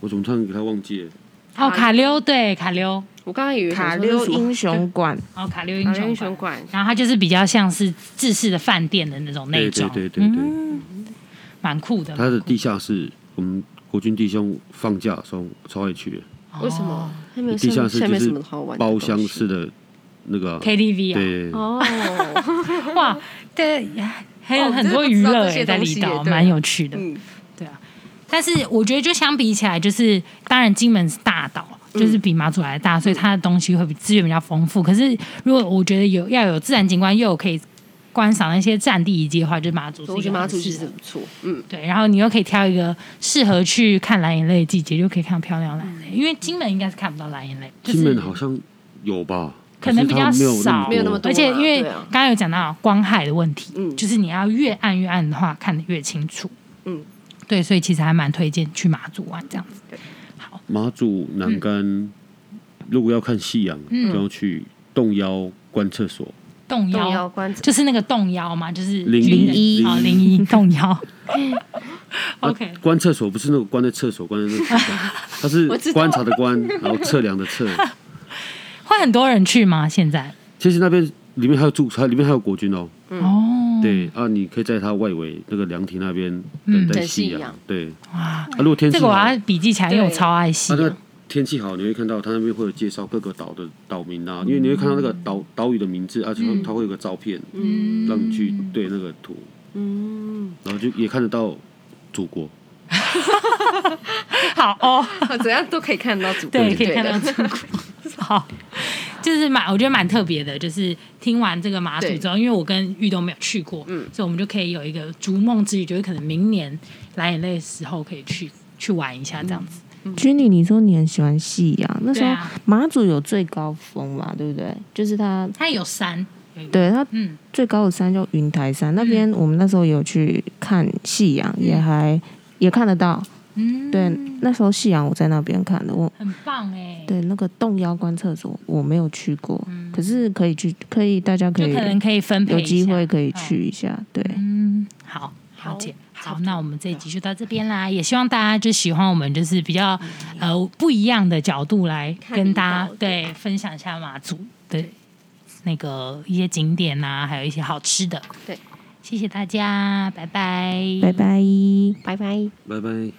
Speaker 3: 我怎么突然给他忘记了？
Speaker 1: 哦，卡溜，对，卡溜，
Speaker 5: 我刚刚
Speaker 1: 嗯
Speaker 5: 以为
Speaker 4: 卡溜英雄馆，
Speaker 1: 哦，卡溜
Speaker 5: 卡溜
Speaker 1: 英
Speaker 5: 英雄
Speaker 1: 雄馆，
Speaker 5: 馆，
Speaker 1: 然后它就是比较像是制式的饭店的那种内
Speaker 3: 对对
Speaker 1: 装，
Speaker 3: 对对对。
Speaker 1: 蛮酷的。
Speaker 3: 它的地下室，我们国军弟兄放假的时候超爱去的，
Speaker 5: 为什
Speaker 1: 哦
Speaker 5: 么？他们
Speaker 3: 地下室
Speaker 5: 下
Speaker 3: 就
Speaker 5: 面什
Speaker 3: 是
Speaker 5: 么好玩？
Speaker 3: 包厢式。的那个啊、
Speaker 1: KTV 啊，
Speaker 3: 对，
Speaker 5: 哦，
Speaker 1: <laughs> 哇，对，还有
Speaker 5: 嗯哦
Speaker 1: 很
Speaker 5: 真的
Speaker 1: 多
Speaker 5: 不
Speaker 1: 娱
Speaker 5: 知道
Speaker 1: 乐
Speaker 5: 这些
Speaker 1: 欸在
Speaker 5: 东
Speaker 1: 离
Speaker 5: 西耶
Speaker 1: 岛，
Speaker 5: 对
Speaker 1: 蛮有趣的。
Speaker 5: 嗯，
Speaker 1: 对啊，但是我觉得就相比起来，就是当然金门是大岛，
Speaker 5: 嗯
Speaker 1: 就是比马祖来的大，所以它的东西会比资源比较丰富。可是如果我觉得有要有自然景观，又有可以观赏那些战地遗迹的话，就是马祖是
Speaker 5: 我
Speaker 1: 一
Speaker 5: 觉得
Speaker 1: 个
Speaker 5: 马
Speaker 1: 很
Speaker 5: 祖其
Speaker 1: 适
Speaker 5: 实
Speaker 1: 合
Speaker 5: 不错，嗯，
Speaker 1: 对，然后你又可以挑一个适合去看蓝眼泪的季节，就可以看到漂亮蓝眼
Speaker 5: 嗯
Speaker 1: 泪，因为金门应该是看不到蓝眼泪，就是
Speaker 3: 金门好像有吧，
Speaker 1: 可能比较
Speaker 3: 可是它
Speaker 1: 少，
Speaker 3: 没有那
Speaker 5: 那
Speaker 3: 么
Speaker 5: 么
Speaker 3: 多
Speaker 5: 多
Speaker 1: 而
Speaker 3: 啊
Speaker 1: 且因为
Speaker 5: 对啊
Speaker 1: 刚刚有讲到光害的问题，
Speaker 5: 嗯
Speaker 1: 就是你要越暗越暗的话，看得越清楚。
Speaker 5: 嗯，
Speaker 1: 对，所以其实还蛮推荐去马祖玩这样子。
Speaker 3: 马祖南竿，
Speaker 1: 嗯
Speaker 3: 如果要看夕阳，就要去洞腰观测所。
Speaker 5: 动
Speaker 1: 动摇
Speaker 5: 摇观察，
Speaker 1: 就是那个动摇嘛，就是
Speaker 3: 零
Speaker 1: 军人
Speaker 3: 一
Speaker 1: 哦，
Speaker 3: 零
Speaker 1: 零
Speaker 3: <laughs>
Speaker 1: 一动
Speaker 5: <laughs>
Speaker 1: 摇。OK，
Speaker 3: 观厕所不是那个关在厕所，关
Speaker 1: <laughs>
Speaker 3: 在那个它是
Speaker 5: 知道
Speaker 3: 观察的观，然后测量的测。
Speaker 1: 会很多人去吗？现在
Speaker 3: 其实那边里面还有驻，还里面还有国军哦。
Speaker 5: 嗯
Speaker 1: 哦，
Speaker 3: 对啊，你可以在它外围那个凉亭那边等待
Speaker 5: 等
Speaker 3: 夕
Speaker 5: 夕
Speaker 3: 阳。
Speaker 5: 阳
Speaker 3: 对
Speaker 1: 嗯哇，
Speaker 3: 啊，如果天气
Speaker 1: 这个我
Speaker 3: 好
Speaker 1: 要笔记起来，因为我
Speaker 5: 对
Speaker 1: 超爱夕
Speaker 3: 它那
Speaker 1: 阳
Speaker 3: 个。天气好，你会看到它那边会有介绍各个岛的岛民
Speaker 1: 嗯
Speaker 3: 啊，因为你会看到那个岛岛屿的名字，而且它会有个照片，
Speaker 5: 嗯
Speaker 3: 让你去对那个图，
Speaker 5: 嗯，
Speaker 3: 然后就也看得到祖国。
Speaker 1: 好哦，
Speaker 5: 怎样都可以看到祖国，
Speaker 1: 对，可
Speaker 5: 对
Speaker 1: 以看
Speaker 5: 的
Speaker 2: <laughs>
Speaker 1: 到中国。好，就是蛮，我觉得蛮特别的。就是听完这个马祖之后，因为我跟玉都没有去过，
Speaker 5: 嗯
Speaker 1: 所以我们就可以有一个逐梦之旅，就是可能明年来眼泪的时候可以去去玩一下这样子。
Speaker 4: 君里，你说你很喜欢夕阳，那时
Speaker 1: 嗯对
Speaker 4: 候
Speaker 1: 啊，
Speaker 4: 马祖有最高峰嘛，对不对？就是它
Speaker 1: 它有山，有一个，
Speaker 4: 对，它
Speaker 1: 嗯，
Speaker 4: 最高的山叫云台山，那边我们那时候有去看夕阳，也还也看得到。
Speaker 1: 嗯
Speaker 4: 对，那时候夕阳我在那边看的，我
Speaker 1: 很棒哎、，
Speaker 4: 对那个洞腰观测所我没有去过，可是可以去，可以大家
Speaker 1: 嗯
Speaker 4: 可
Speaker 1: 就
Speaker 4: 以
Speaker 1: 可能可以分配
Speaker 4: 有
Speaker 1: 一
Speaker 4: 机
Speaker 1: 下
Speaker 4: 会可以去一下，对。
Speaker 1: 嗯，好，了解。好，那我们这一集就到这边啦，也希望大家就喜欢我们就是比较呃不一样的角度来
Speaker 5: 看
Speaker 1: 跟
Speaker 5: 离
Speaker 1: 大家
Speaker 5: 岛对
Speaker 1: 对分享一下马祖的那个一些景点呐、还有一些好吃的。
Speaker 5: 对，
Speaker 1: 谢谢大家，拜拜，
Speaker 4: 拜拜。
Speaker 2: 拜拜。
Speaker 3: 拜拜。